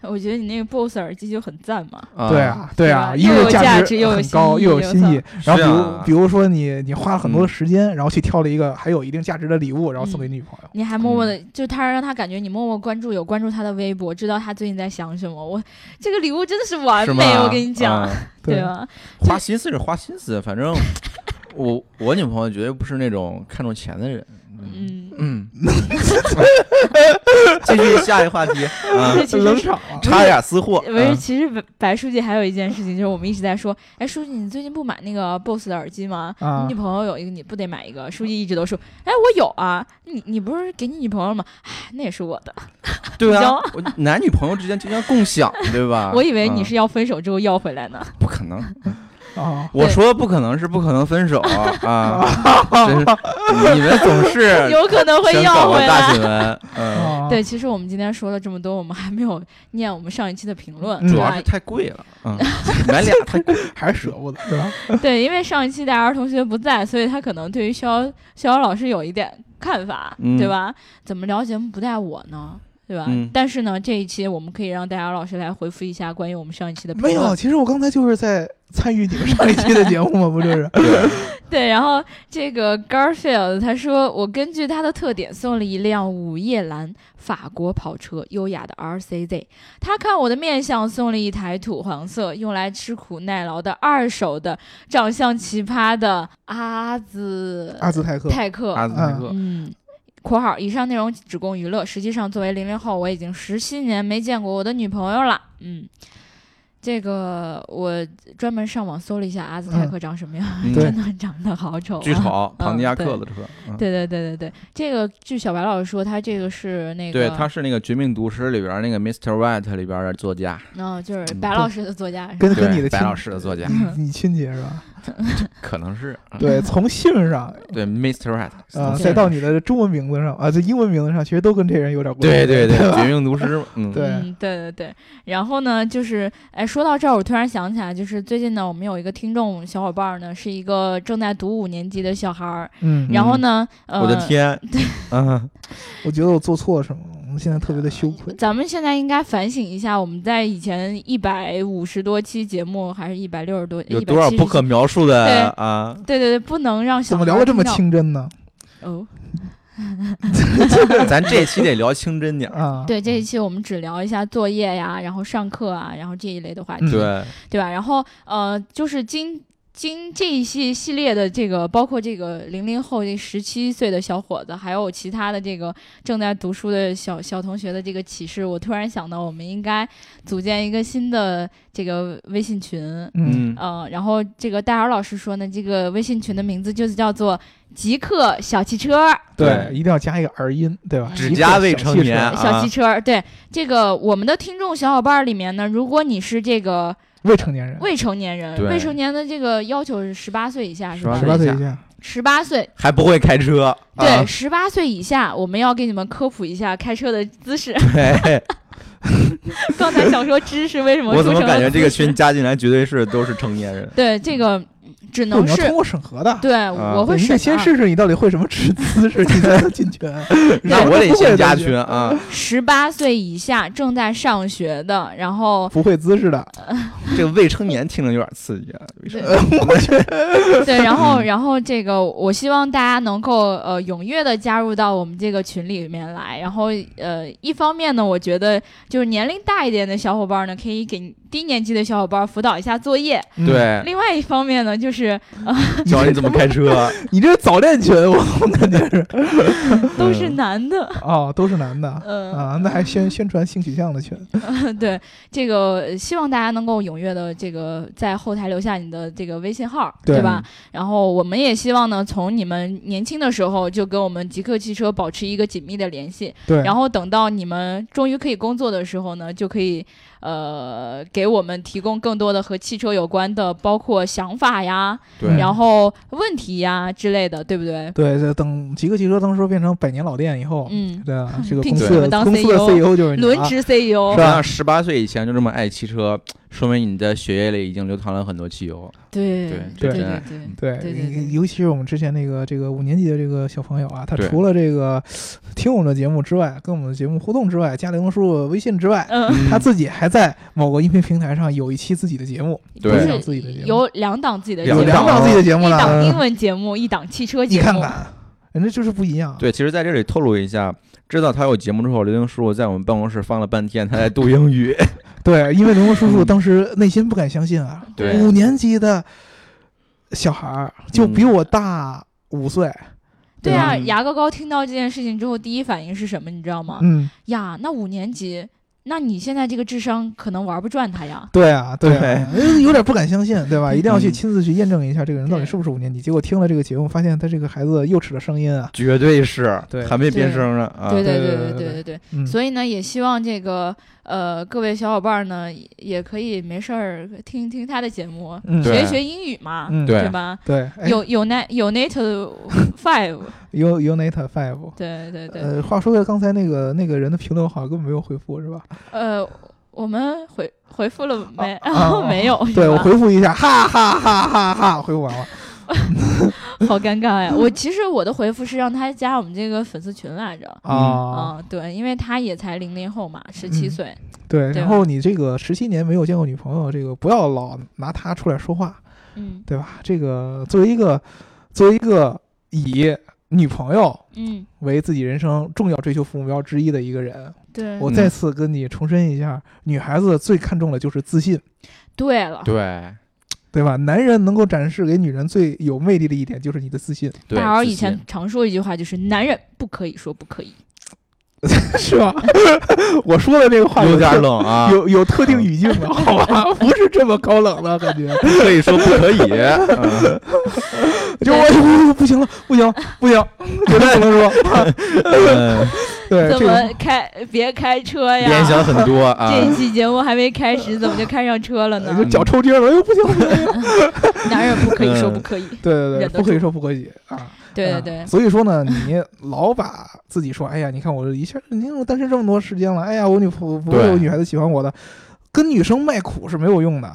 [SPEAKER 2] 我觉得你那个 BOSS 耳机就很赞嘛。
[SPEAKER 3] 对，啊，对啊，
[SPEAKER 2] 对
[SPEAKER 3] 一
[SPEAKER 2] 吧又
[SPEAKER 3] 个
[SPEAKER 2] 有
[SPEAKER 3] 价
[SPEAKER 2] 价值又有
[SPEAKER 3] 很
[SPEAKER 2] 心
[SPEAKER 3] 高，
[SPEAKER 2] 意
[SPEAKER 3] 又有
[SPEAKER 2] 又
[SPEAKER 3] 新
[SPEAKER 2] 有
[SPEAKER 3] 意。然后比
[SPEAKER 4] 是
[SPEAKER 3] 如、
[SPEAKER 4] 啊嗯
[SPEAKER 3] 比如说你你花了很多的时间，然后去挑了一个还有一定价值的礼物，然后送给
[SPEAKER 2] 嗯
[SPEAKER 3] 女朋友。
[SPEAKER 2] 你还默默的，就他让他感觉你默默关注，有关注他的微博，知道他最近在想什么。我这个礼物真的是完
[SPEAKER 4] 是
[SPEAKER 2] 美，
[SPEAKER 4] 吗
[SPEAKER 2] 我跟你讲，
[SPEAKER 4] 啊
[SPEAKER 2] *laughs* 对吧？
[SPEAKER 4] 花心思是花心思，反正我我女朋友绝对不是那种看重钱的人。
[SPEAKER 2] 嗯，
[SPEAKER 4] *laughs* 嗯，继续下一个 *laughs* 话题啊，
[SPEAKER 2] 这其
[SPEAKER 3] 冷
[SPEAKER 2] 实是。
[SPEAKER 3] 场啊，
[SPEAKER 4] 差点私货。
[SPEAKER 2] 不是，
[SPEAKER 4] 嗯
[SPEAKER 2] 其实白白书记还有一件事情，就是我们一直在说，哎，书记，你最近不买那个 BOSS 的耳机吗？ *laughs*
[SPEAKER 3] 啊
[SPEAKER 2] 你女朋友有一个，你不得买一个？书记一直都说，哎，我有啊，你你不是给你女朋友吗？哎，那也是我的。
[SPEAKER 4] 对
[SPEAKER 2] 你知
[SPEAKER 4] 啊
[SPEAKER 2] 道，
[SPEAKER 4] 我男女朋友之间经常共享，对吧？
[SPEAKER 2] 我以为你 *laughs*
[SPEAKER 4] 嗯
[SPEAKER 2] 是要分手之后要回来呢。
[SPEAKER 4] 不可能，
[SPEAKER 3] 啊，
[SPEAKER 4] 我
[SPEAKER 2] 对
[SPEAKER 4] 说不可能是不可能分手
[SPEAKER 2] *laughs*
[SPEAKER 4] 啊，真是你们总是
[SPEAKER 2] 有可能会
[SPEAKER 4] 想
[SPEAKER 2] 要
[SPEAKER 4] 搞
[SPEAKER 2] 回
[SPEAKER 4] 个
[SPEAKER 2] 来哦
[SPEAKER 4] 大。啊新闻，嗯，
[SPEAKER 2] *laughs*
[SPEAKER 3] 啊
[SPEAKER 2] 对，其实我们今天说了这么多，我们还没有念我们上一期的评论，
[SPEAKER 3] 嗯
[SPEAKER 2] 对
[SPEAKER 4] 主要
[SPEAKER 2] 吧
[SPEAKER 4] 是？太贵了，嗯，买俩太贵，
[SPEAKER 3] 还是舍不得，
[SPEAKER 2] *laughs*
[SPEAKER 3] 对吧？
[SPEAKER 2] 对，因为上一期大姚同学不在，所以他可能对于逍遥逍遥老师有一点看法，
[SPEAKER 4] 嗯
[SPEAKER 2] 对吧？怎么聊节目不带我呢？对吧？
[SPEAKER 4] 嗯
[SPEAKER 2] 但是呢，这一期我们可以让大姚老师来回复一下关于我们上一期的评
[SPEAKER 3] 没
[SPEAKER 2] 论。
[SPEAKER 3] 有，其实我刚才就是在参与你们上一期的节目嘛，不就是？ *laughs*
[SPEAKER 2] 对，然后这个 Garfield 他说，我根据他的特点送了一辆午夜蓝法国跑车，优雅的 RCZ。他看我的面相，送了一台土黄色用来吃苦耐劳的二手的，长相奇葩的阿兹
[SPEAKER 3] 阿兹泰克，
[SPEAKER 2] 泰克。
[SPEAKER 4] 阿兹泰克，
[SPEAKER 2] 嗯。括号以上内容只供娱乐，实际上作为零零后，我已经十七年没见过我的女朋友了。嗯，这个我专门上网搜了一下阿兹泰克长什么样，
[SPEAKER 4] 嗯
[SPEAKER 2] *laughs* 真的长得好丑、啊，
[SPEAKER 4] 巨丑，
[SPEAKER 2] 嗯
[SPEAKER 4] 庞迪亚克的车，嗯
[SPEAKER 2] 对对对对对，这个据小白老师说，他这个是那个，
[SPEAKER 4] 对，他是那个《绝命毒师》里边那个 Mr. White 里边的作家，
[SPEAKER 2] 嗯、就是
[SPEAKER 4] 嗯
[SPEAKER 2] 白
[SPEAKER 3] 不
[SPEAKER 2] 老师的作家是吧，嗯
[SPEAKER 3] 跟跟
[SPEAKER 4] 对
[SPEAKER 3] 你的亲
[SPEAKER 4] 白，老师的作家，
[SPEAKER 3] 你你亲戚
[SPEAKER 2] *laughs*
[SPEAKER 3] 是吧？
[SPEAKER 4] 可能是，嗯
[SPEAKER 3] 对，从姓上
[SPEAKER 4] 对 Mr. White，嗯
[SPEAKER 3] 啊，
[SPEAKER 2] 对
[SPEAKER 3] 再到你的中文名字上啊，这英文名字上，其实都跟这人有点关系。
[SPEAKER 4] 对对对，
[SPEAKER 3] 吧
[SPEAKER 4] 《绝命毒师》嘛，嗯，
[SPEAKER 3] 对
[SPEAKER 2] 嗯，对对对。然后呢，就是哎，说到这儿，我突然想起来，就是最近呢，我们有一个听众小伙伴儿呢，是一个正在读五年级的小孩儿。
[SPEAKER 3] 嗯，
[SPEAKER 2] 然后呢，呃，
[SPEAKER 4] 我的
[SPEAKER 2] *laughs*
[SPEAKER 4] 天，嗯，
[SPEAKER 3] 我觉得我做错了什么，我现在特别的羞愧。
[SPEAKER 2] 咱们现在应该反省一下，我们在以前一百五十多期节目，还是一百六十多，
[SPEAKER 4] 有多少不可
[SPEAKER 2] 170？
[SPEAKER 4] 描述的
[SPEAKER 2] 对
[SPEAKER 4] 啊？
[SPEAKER 2] 对对对，不能让小
[SPEAKER 3] 怎么
[SPEAKER 2] 孩
[SPEAKER 3] 聊
[SPEAKER 2] 儿
[SPEAKER 3] 得这么
[SPEAKER 2] 听到
[SPEAKER 3] 清真呢？
[SPEAKER 2] 哦？
[SPEAKER 4] 咱这期得聊清真点儿，
[SPEAKER 3] 啊，
[SPEAKER 2] 对，这一期我们只聊一下作业呀，然后上课啊，然后这一类的话题，
[SPEAKER 3] 嗯
[SPEAKER 4] 对，
[SPEAKER 2] 对吧？然后呃，就是今今这一系系列的这个，包括这个零零后这十七岁的小伙子，还有其他的这个正在读书的小小同学的这个启示，我突然想到，我们应该组建一个新的这个微信群。
[SPEAKER 3] 嗯，
[SPEAKER 4] 嗯，
[SPEAKER 2] 嗯，然后这个戴尔老师说呢，这个微信群的名字就是叫做“极客小汽车”。
[SPEAKER 3] 对，
[SPEAKER 4] 对
[SPEAKER 3] 一定要加一个儿音，对吧？
[SPEAKER 2] 只
[SPEAKER 3] 一个
[SPEAKER 4] 加未
[SPEAKER 3] 小
[SPEAKER 4] 成
[SPEAKER 3] 汽车
[SPEAKER 4] 年啊
[SPEAKER 2] 小汽车。对这个我们的听众小伙伴儿里面呢，如果你是这个
[SPEAKER 3] 未成年人，
[SPEAKER 2] 未成年人，
[SPEAKER 4] 对
[SPEAKER 2] 未成年的这个要求是十八岁以下，是吧
[SPEAKER 4] 18
[SPEAKER 3] 十？
[SPEAKER 4] 岁
[SPEAKER 3] 八岁
[SPEAKER 4] 以
[SPEAKER 3] 以下，
[SPEAKER 2] 十八岁，
[SPEAKER 4] 还不会开车，
[SPEAKER 2] *laughs*
[SPEAKER 4] 啊
[SPEAKER 2] 对，十八岁以下，我们要给你们科普一下开车的姿势。 *laughs*
[SPEAKER 4] 对，
[SPEAKER 2] 刚才想说知识为什么
[SPEAKER 4] 我
[SPEAKER 2] 出
[SPEAKER 4] 怎
[SPEAKER 2] 成
[SPEAKER 4] 么
[SPEAKER 2] 了
[SPEAKER 4] 感觉这个
[SPEAKER 2] 姿势
[SPEAKER 4] 群加进来绝对是都是成年人？
[SPEAKER 2] 对这个嗯只
[SPEAKER 3] 不，
[SPEAKER 2] 能
[SPEAKER 3] 你要
[SPEAKER 2] 是
[SPEAKER 3] 通过审核的。
[SPEAKER 2] 对，
[SPEAKER 4] 啊
[SPEAKER 2] 我会
[SPEAKER 3] 对你
[SPEAKER 2] 审
[SPEAKER 3] 得先
[SPEAKER 2] 啊
[SPEAKER 3] 试试你到底会什么吃姿势，你才能进
[SPEAKER 4] *laughs*
[SPEAKER 3] 群。
[SPEAKER 4] 那
[SPEAKER 3] 对
[SPEAKER 4] 我得
[SPEAKER 3] 不会
[SPEAKER 4] 先
[SPEAKER 3] 的
[SPEAKER 4] 加
[SPEAKER 3] 就
[SPEAKER 4] 群啊！
[SPEAKER 2] 十八岁以下正在上学的，然后
[SPEAKER 3] 不会姿势的，
[SPEAKER 4] 这个未成年听着有点刺激啊，未成年
[SPEAKER 2] *laughs* 对，然后
[SPEAKER 4] 嗯
[SPEAKER 2] 然后这个，我希望大家能够呃踊跃的加入到我们这个群里面来。然后呃，一方面呢，我觉得就是年龄大一点的小伙伴呢，可以给低年级的小伙伴辅导一下作业；
[SPEAKER 3] 嗯，
[SPEAKER 4] 对，
[SPEAKER 2] 另外一方面呢，就是
[SPEAKER 4] 教你怎么开车，
[SPEAKER 3] 你这是早恋群，我我感觉
[SPEAKER 2] *laughs*
[SPEAKER 3] 是
[SPEAKER 2] 都是男的，
[SPEAKER 3] 哦，都是男的
[SPEAKER 2] 嗯、
[SPEAKER 3] 啊，那还宣宣传性取向的群，
[SPEAKER 2] 对这个，呃希望大家能够踊跃的这个在后台留下你的这个微信号，
[SPEAKER 3] 对
[SPEAKER 2] 吧？然后我们也希望呢，从你们年轻的时候就跟我们极客汽车保持一个紧密的联系，
[SPEAKER 3] 对，
[SPEAKER 2] 然后等到你们终于可以工作的时候呢，就可以呃给我们提供更多的和汽车有关的，包括想法呀，
[SPEAKER 4] 对，
[SPEAKER 2] 然后问题呀之类的，对不 *laughs* 对？
[SPEAKER 3] 对，这等极客汽车当时变成百年老店以后，
[SPEAKER 2] 嗯，
[SPEAKER 3] 对啊，这个
[SPEAKER 2] 聘
[SPEAKER 3] 公
[SPEAKER 2] 请
[SPEAKER 3] 司
[SPEAKER 2] 你们
[SPEAKER 3] 的
[SPEAKER 2] 当
[SPEAKER 3] 公司的
[SPEAKER 2] CEO
[SPEAKER 3] CEO 就是你
[SPEAKER 2] 轮
[SPEAKER 3] 啊
[SPEAKER 2] 值 E CEO，
[SPEAKER 3] 是吧
[SPEAKER 4] 像十八岁以前就这么爱骑车，说明你的血液里已经流淌了很多汽油。
[SPEAKER 2] 对
[SPEAKER 4] 这
[SPEAKER 2] 对对
[SPEAKER 4] 是真爱
[SPEAKER 2] 对
[SPEAKER 3] 对，
[SPEAKER 2] 对对对
[SPEAKER 3] 尤其是我们之前那个这个五年级的这个小朋友啊，他
[SPEAKER 4] 对
[SPEAKER 3] 除了这个听我们的节目之外，跟我们的节目互动之外，加刘能叔叔微信之外，
[SPEAKER 2] 嗯，
[SPEAKER 3] 他自己还在某个音频平台上有一期自己的节目，
[SPEAKER 4] 对
[SPEAKER 2] 就
[SPEAKER 3] 分享自己的节
[SPEAKER 2] 是
[SPEAKER 3] 目
[SPEAKER 2] 有两档自己的节
[SPEAKER 3] 有
[SPEAKER 2] 目，
[SPEAKER 4] 两
[SPEAKER 3] 两档自己的节目
[SPEAKER 2] 一档英
[SPEAKER 3] 了，
[SPEAKER 2] 文节目，一档汽车
[SPEAKER 3] 你
[SPEAKER 2] 节
[SPEAKER 3] 看
[SPEAKER 2] 目。
[SPEAKER 3] 看，人家就是不一样。啊
[SPEAKER 4] 对，其实在这里透露一下，知道他有节目之后，刘英叔叔在我们办公室放了半天，他在读英语。
[SPEAKER 3] 对，因为刘能叔叔
[SPEAKER 4] 嗯
[SPEAKER 3] 当时内心不敢相信啊，
[SPEAKER 4] 对
[SPEAKER 3] 五年级的小孩儿就比我大五岁，
[SPEAKER 2] 对啊，
[SPEAKER 4] 嗯
[SPEAKER 2] 牙膏膏听到这件事情之后，第一反应是什么？你知道吗？
[SPEAKER 3] 嗯，
[SPEAKER 2] 呀，那五年级那你现在这个智商可能玩不转它呀。
[SPEAKER 3] 对啊，对
[SPEAKER 4] 对
[SPEAKER 3] 啊，嗯有点不敢相信，对吧？一定要去
[SPEAKER 4] 嗯
[SPEAKER 3] 亲自去验证一下这个人到底
[SPEAKER 2] 对
[SPEAKER 3] 是不是五年级。结果听了这个节目，发现他这个孩子幼齿的声音啊，
[SPEAKER 4] *laughs* 绝对是，
[SPEAKER 3] 对
[SPEAKER 4] 还没变声呢啊！
[SPEAKER 2] 对对
[SPEAKER 3] 对对
[SPEAKER 2] 对
[SPEAKER 3] 对
[SPEAKER 2] 对对
[SPEAKER 3] 嗯，
[SPEAKER 2] 所以呢，也希望这个呃各位小伙伴呢，也也可以没事儿听一听他的节目，
[SPEAKER 3] 嗯
[SPEAKER 4] 对
[SPEAKER 2] 学一学英语嘛，
[SPEAKER 3] 嗯
[SPEAKER 4] 对
[SPEAKER 2] 吧？
[SPEAKER 3] 对，哎
[SPEAKER 2] 有有 n 有 native five， *laughs*
[SPEAKER 3] U Unit Five。
[SPEAKER 2] 对对对，
[SPEAKER 3] 呃，话说回来刚才那个那个人的评论好像根本没有回复是吧？
[SPEAKER 2] 呃，我们回回复了没？
[SPEAKER 3] 啊啊
[SPEAKER 2] *laughs*
[SPEAKER 3] 啊
[SPEAKER 2] 没有，是
[SPEAKER 3] 对我
[SPEAKER 2] 吧
[SPEAKER 3] 回复一下，哈哈哈哈哈，回复完了。
[SPEAKER 2] 好尴尬
[SPEAKER 3] *laughs*
[SPEAKER 2] 呀！我其实我的回复是让他加我们这个粉丝群来着。
[SPEAKER 3] 啊，
[SPEAKER 2] 啊、对，因为他也才零零后嘛，十七
[SPEAKER 3] 嗯
[SPEAKER 2] 岁，
[SPEAKER 3] 对，
[SPEAKER 2] 对
[SPEAKER 3] 然后你这个十七年没有见过女朋友，这个不要老拿她出来说话，
[SPEAKER 2] 嗯
[SPEAKER 3] 对吧？这个作为一个作为一个以女朋友
[SPEAKER 2] 嗯，
[SPEAKER 3] 为自己人生重要追求目标之一的一个人，
[SPEAKER 2] 对，
[SPEAKER 3] 我
[SPEAKER 4] 嗯
[SPEAKER 3] 再次跟你重申一下，女孩子最看重的就是自信，
[SPEAKER 2] 对了，
[SPEAKER 4] 对
[SPEAKER 3] 对吧？男人能够展示给女人最有魅力的一点就是你的自信，
[SPEAKER 4] 对，
[SPEAKER 2] 大姚
[SPEAKER 4] 自
[SPEAKER 2] 以前
[SPEAKER 4] 信
[SPEAKER 2] 常说一句话，就是男人不可以说不可以。
[SPEAKER 3] 是吧？ *laughs* 我说的这个话
[SPEAKER 4] 有
[SPEAKER 3] 特
[SPEAKER 4] 点。冷
[SPEAKER 3] *laughs*
[SPEAKER 4] 啊，
[SPEAKER 3] 有有特定语境的，好吧， *laughs* 不是这么高冷的感觉。
[SPEAKER 4] *laughs* 可以说不可以。嗯
[SPEAKER 3] 就我哎呦不行了，不行了，不行了，绝对不能说。 *laughs*
[SPEAKER 2] 哎
[SPEAKER 4] 嗯，
[SPEAKER 3] 对，
[SPEAKER 2] 怎
[SPEAKER 3] 呃这个
[SPEAKER 2] 么开？别开车呀！
[SPEAKER 4] 联想很多啊。
[SPEAKER 2] 这一期节目还没开始，怎么就开上车了呢
[SPEAKER 3] 就？脚抽筋了，哎呦不行了，不行了。
[SPEAKER 2] *laughs* 男人不可
[SPEAKER 3] 呃
[SPEAKER 2] 以说不可以。
[SPEAKER 3] 对对对，
[SPEAKER 2] 忍得
[SPEAKER 3] 不可以说不可以啊。
[SPEAKER 2] 对对
[SPEAKER 3] 嗯
[SPEAKER 2] 对，
[SPEAKER 3] 所以说呢，你老把自己说，哎呀，你看我一下，你看我单身这么多时间了，哎呀，我女朋不会
[SPEAKER 4] 对
[SPEAKER 3] 有女孩子喜欢我的，跟女生卖苦是没有用的，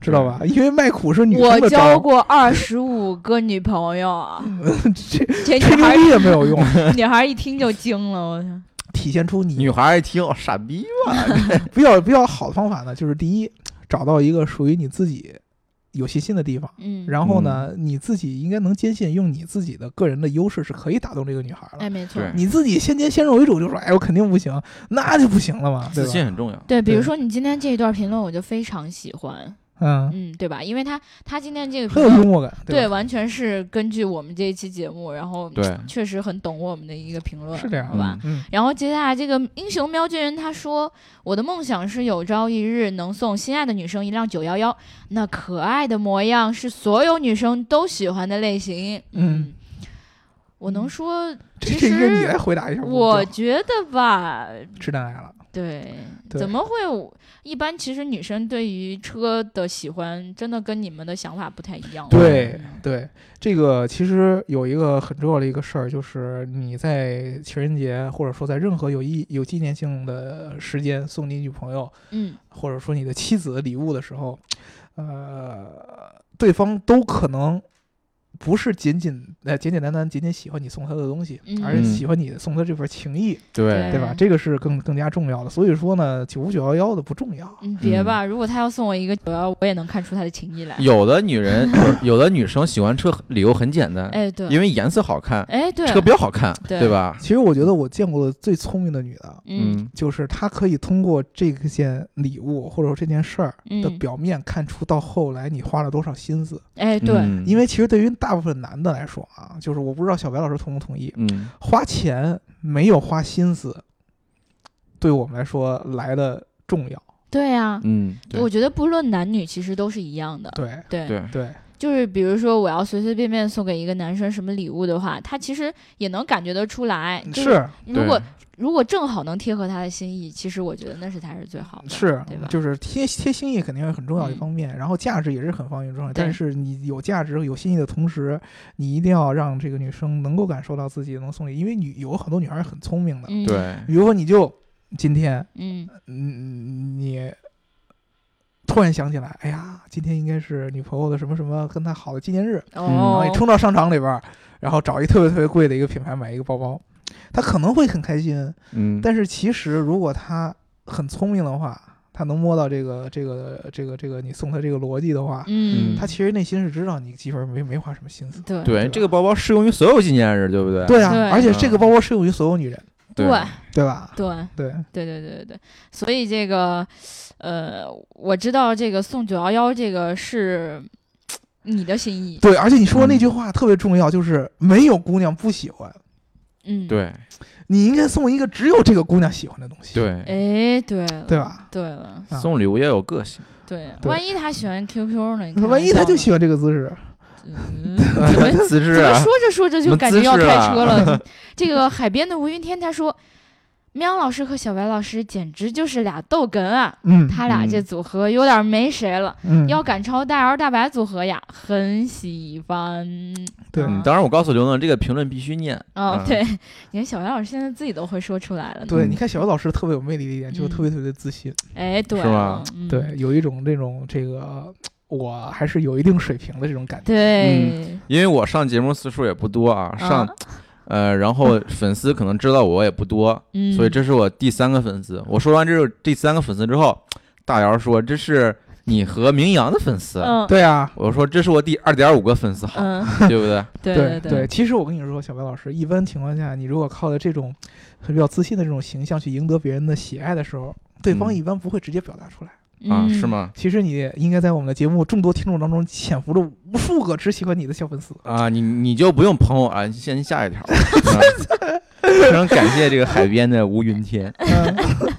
[SPEAKER 3] 知道吧？因为卖苦是女生
[SPEAKER 2] 嗯我
[SPEAKER 3] 的
[SPEAKER 2] 交
[SPEAKER 3] 招，
[SPEAKER 2] 过二十五个女朋友，
[SPEAKER 3] *laughs* 嗯这
[SPEAKER 2] 这
[SPEAKER 3] 吹
[SPEAKER 2] 女
[SPEAKER 3] 牛
[SPEAKER 2] 孩
[SPEAKER 3] *laughs* 逼也没有用，
[SPEAKER 2] 女孩一听就惊了，我
[SPEAKER 3] 嗯
[SPEAKER 2] 操！
[SPEAKER 3] 体现出你
[SPEAKER 4] 女孩一听，哦傻逼吧？
[SPEAKER 3] 比较比较好的方法呢，就是第一，找到一个属于你自己有信心的地方。
[SPEAKER 2] 嗯，
[SPEAKER 3] 然后呢，你自己应该能坚信，用你自己的个人的优势是可以打动这个女孩的。
[SPEAKER 2] 哎，没错。
[SPEAKER 4] 对
[SPEAKER 3] 你自己先见先入为主，就说哎我肯定不行，那就不行了嘛，对
[SPEAKER 4] 自
[SPEAKER 3] 吧？
[SPEAKER 4] 信很重要。
[SPEAKER 2] 对，比如
[SPEAKER 3] 对
[SPEAKER 2] 说你今天这一段评论，我就非常喜欢，
[SPEAKER 3] 嗯，
[SPEAKER 2] 嗯，对吧？因为他他今天这个评
[SPEAKER 3] 很有
[SPEAKER 2] 论
[SPEAKER 3] 幽默感，
[SPEAKER 2] 对，
[SPEAKER 3] 吧？
[SPEAKER 2] 完全是根据我们这一期节目，然后
[SPEAKER 4] 对
[SPEAKER 2] 确实很懂我们的一个评论，
[SPEAKER 3] 是这样
[SPEAKER 2] 好吧？
[SPEAKER 3] 嗯，
[SPEAKER 2] 然后接下来这个英雄喵军人他说：“我的梦想是有朝一日能送心爱的女生一辆九幺幺，那可爱的模样是所有女生都喜欢的类型。”
[SPEAKER 3] 嗯，
[SPEAKER 2] 我能说，
[SPEAKER 3] 这
[SPEAKER 2] 其
[SPEAKER 3] 这应该你来
[SPEAKER 2] 实
[SPEAKER 3] 回答一下，
[SPEAKER 2] 我
[SPEAKER 3] 就
[SPEAKER 2] 觉得吧，
[SPEAKER 3] 直男癌了，
[SPEAKER 2] 对，
[SPEAKER 3] 对
[SPEAKER 2] 怎么会有？一般其实女生对于车的喜欢，真的跟你们的想法不太一样。
[SPEAKER 3] 对
[SPEAKER 2] 嗯
[SPEAKER 3] 对，这个其实有一个很重要的一个事儿，就是你在情人节或者说在任何有意有纪念性的时间送你女朋友
[SPEAKER 2] 嗯，
[SPEAKER 3] 或者说你的妻子礼物的时候，呃，对方都可能。不是仅仅呃简简单单仅仅喜欢你送他的东西，
[SPEAKER 2] 嗯
[SPEAKER 3] 而是喜欢你送他这份情谊。
[SPEAKER 4] 对
[SPEAKER 3] 对吧？这个是更更加重要的。所以说呢，九五九幺幺的不重要，
[SPEAKER 2] 嗯，别吧，如果他要送我一个九幺，我也能看出他的情意来。
[SPEAKER 4] 有的女
[SPEAKER 2] *laughs*
[SPEAKER 4] 人，不是有的女生喜欢车，理由很简单，
[SPEAKER 2] 哎，对，
[SPEAKER 4] 因为颜色好看，
[SPEAKER 2] 哎，对，
[SPEAKER 4] 车标好看，
[SPEAKER 2] 对
[SPEAKER 4] 对吧？
[SPEAKER 3] 其实我觉得我见过的最聪明的女的，
[SPEAKER 2] 嗯
[SPEAKER 3] 就是她可以通过这件礼物或者说这件事儿的
[SPEAKER 2] 嗯，
[SPEAKER 3] 表面看出到后来你花了多少心思。
[SPEAKER 2] 哎，对，
[SPEAKER 4] 嗯
[SPEAKER 3] 因为其实对于大部分男的来说啊，就是我不知道小白老师同不同意，
[SPEAKER 4] 嗯，
[SPEAKER 3] 花钱没有花心思，对我们来说来的重要。
[SPEAKER 2] 对呀，
[SPEAKER 4] 嗯，对
[SPEAKER 2] 我觉得不论男女，其实都是一样的。
[SPEAKER 3] 对
[SPEAKER 2] 对，
[SPEAKER 4] 对
[SPEAKER 3] 对
[SPEAKER 2] 就是比如说，我要随随便便送给一个男生什么礼物的话，他其实也能感觉得出来。就是
[SPEAKER 3] 是
[SPEAKER 2] 如果如果正好能贴合他的心意，其实我觉得那是才是最好的，
[SPEAKER 3] 嗯是
[SPEAKER 2] 对吧，？
[SPEAKER 3] 就是贴贴心意肯定是很重要一
[SPEAKER 2] 嗯
[SPEAKER 3] 方面，然后价值也是很方面重要。但
[SPEAKER 2] 对
[SPEAKER 3] 是你有价值、有心意的同时，你一定要让这个女生能够感受到自己能送礼，因为女有很多女孩儿很聪明的，
[SPEAKER 2] 嗯，
[SPEAKER 4] 对，
[SPEAKER 3] 比如说你就今天，
[SPEAKER 2] 嗯，
[SPEAKER 3] 嗯，你突然想起来，哎呀，今天应该是女朋友的什么什么跟她好的纪念日，然后
[SPEAKER 2] 哦
[SPEAKER 3] 你，冲到商场里边儿，然后找一特别特别贵的一个品牌买一个包包，她可能会很开心，
[SPEAKER 4] 嗯，
[SPEAKER 3] 但是其实如果他很聪明的话，他能摸到这个这个这个这个你送他这个逻辑的话，
[SPEAKER 2] 嗯，
[SPEAKER 3] 他其实内心是知道你媳妇儿没没花什么心思。
[SPEAKER 2] 对
[SPEAKER 4] 对
[SPEAKER 3] 吧
[SPEAKER 4] 这个包包适用于所有纪念日，对不对？
[SPEAKER 3] 对啊，
[SPEAKER 2] 对
[SPEAKER 3] 而且这个包包适用于所有女人，
[SPEAKER 2] 对
[SPEAKER 4] 对
[SPEAKER 3] 对吧？
[SPEAKER 2] 对。
[SPEAKER 3] 对，
[SPEAKER 2] 对对对对对，所以这个，呃，我知道这个送九幺幺这个是你的心意，
[SPEAKER 3] 对，而且你说那句话特别重要，就是没有姑娘不喜欢，
[SPEAKER 2] 嗯，，
[SPEAKER 4] 对
[SPEAKER 3] 你应该送一个只有这个姑娘喜欢的东西，
[SPEAKER 4] 对，
[SPEAKER 2] 哎，对了，
[SPEAKER 3] 对啊吧？
[SPEAKER 2] 对了，
[SPEAKER 3] 啊
[SPEAKER 4] 送礼物也有
[SPEAKER 2] *laughs*
[SPEAKER 4] 个性，
[SPEAKER 2] 对，
[SPEAKER 3] 对
[SPEAKER 2] 万一他喜欢 QQ 呢？你开玩笑呢
[SPEAKER 3] 万一她就喜欢这个姿势，
[SPEAKER 2] 嗯
[SPEAKER 4] 什
[SPEAKER 2] 怎么
[SPEAKER 4] 么资质
[SPEAKER 2] 怎么
[SPEAKER 4] 啊？
[SPEAKER 2] 说着说着
[SPEAKER 4] 什
[SPEAKER 2] 就
[SPEAKER 4] 么
[SPEAKER 2] 感
[SPEAKER 4] 姿
[SPEAKER 2] 觉要
[SPEAKER 4] 势
[SPEAKER 2] 开
[SPEAKER 4] 啊
[SPEAKER 2] 车了？ *laughs* 这个海边的吴云天他说，喵老师和小白老师简直就是俩逗哏啊！
[SPEAKER 3] 嗯
[SPEAKER 2] 他俩这组合有点没谁了，
[SPEAKER 3] 嗯，
[SPEAKER 2] 要赶超大摇大摆组合呀，很喜欢。
[SPEAKER 3] 对
[SPEAKER 2] 嗯
[SPEAKER 4] 嗯，当然我告诉刘能，这个评论必须念。
[SPEAKER 2] 哦
[SPEAKER 4] 嗯，
[SPEAKER 2] 对，你看小白老师现在自己都会说出来了呢。
[SPEAKER 3] 对，你看小老师特别有魅力的一点就是
[SPEAKER 2] 嗯
[SPEAKER 3] 特别特别的自信，
[SPEAKER 2] 哎，对
[SPEAKER 4] 是吧
[SPEAKER 2] 了，嗯
[SPEAKER 3] 对，有一种这种这个我还是有一定水平的这种感觉，
[SPEAKER 2] 对，
[SPEAKER 4] 因为我上节目次数也不多啊，上、
[SPEAKER 2] 啊
[SPEAKER 4] 呃，然后粉丝可能知道我也不多，
[SPEAKER 2] 嗯，
[SPEAKER 4] 所以这是我第三个粉丝。我说完这是第三个粉丝之后，大姚说这是你和明阳的粉丝，
[SPEAKER 2] 嗯
[SPEAKER 3] 对啊，
[SPEAKER 4] 我说这是我第二点五个粉丝好，
[SPEAKER 2] 嗯，
[SPEAKER 4] 对不对？
[SPEAKER 2] 对
[SPEAKER 3] 对
[SPEAKER 2] 对，
[SPEAKER 3] 其实我跟你说，小白老师，一般情况下，你如果靠着这种比较自信的这种形象去赢得别人的喜爱的时候，对方
[SPEAKER 4] 嗯
[SPEAKER 3] 一般不会直接表达出来。
[SPEAKER 2] 嗯
[SPEAKER 4] 啊，是？吗？
[SPEAKER 3] 其实你应该在我们的节目众多听众当中潜伏着无数个只喜欢你的小
[SPEAKER 2] *laughs*
[SPEAKER 3] 粉丝。
[SPEAKER 4] 啊，你你就不用捧我了，你先下一条。啊非常感谢这个海边的吴云天，
[SPEAKER 3] 嗯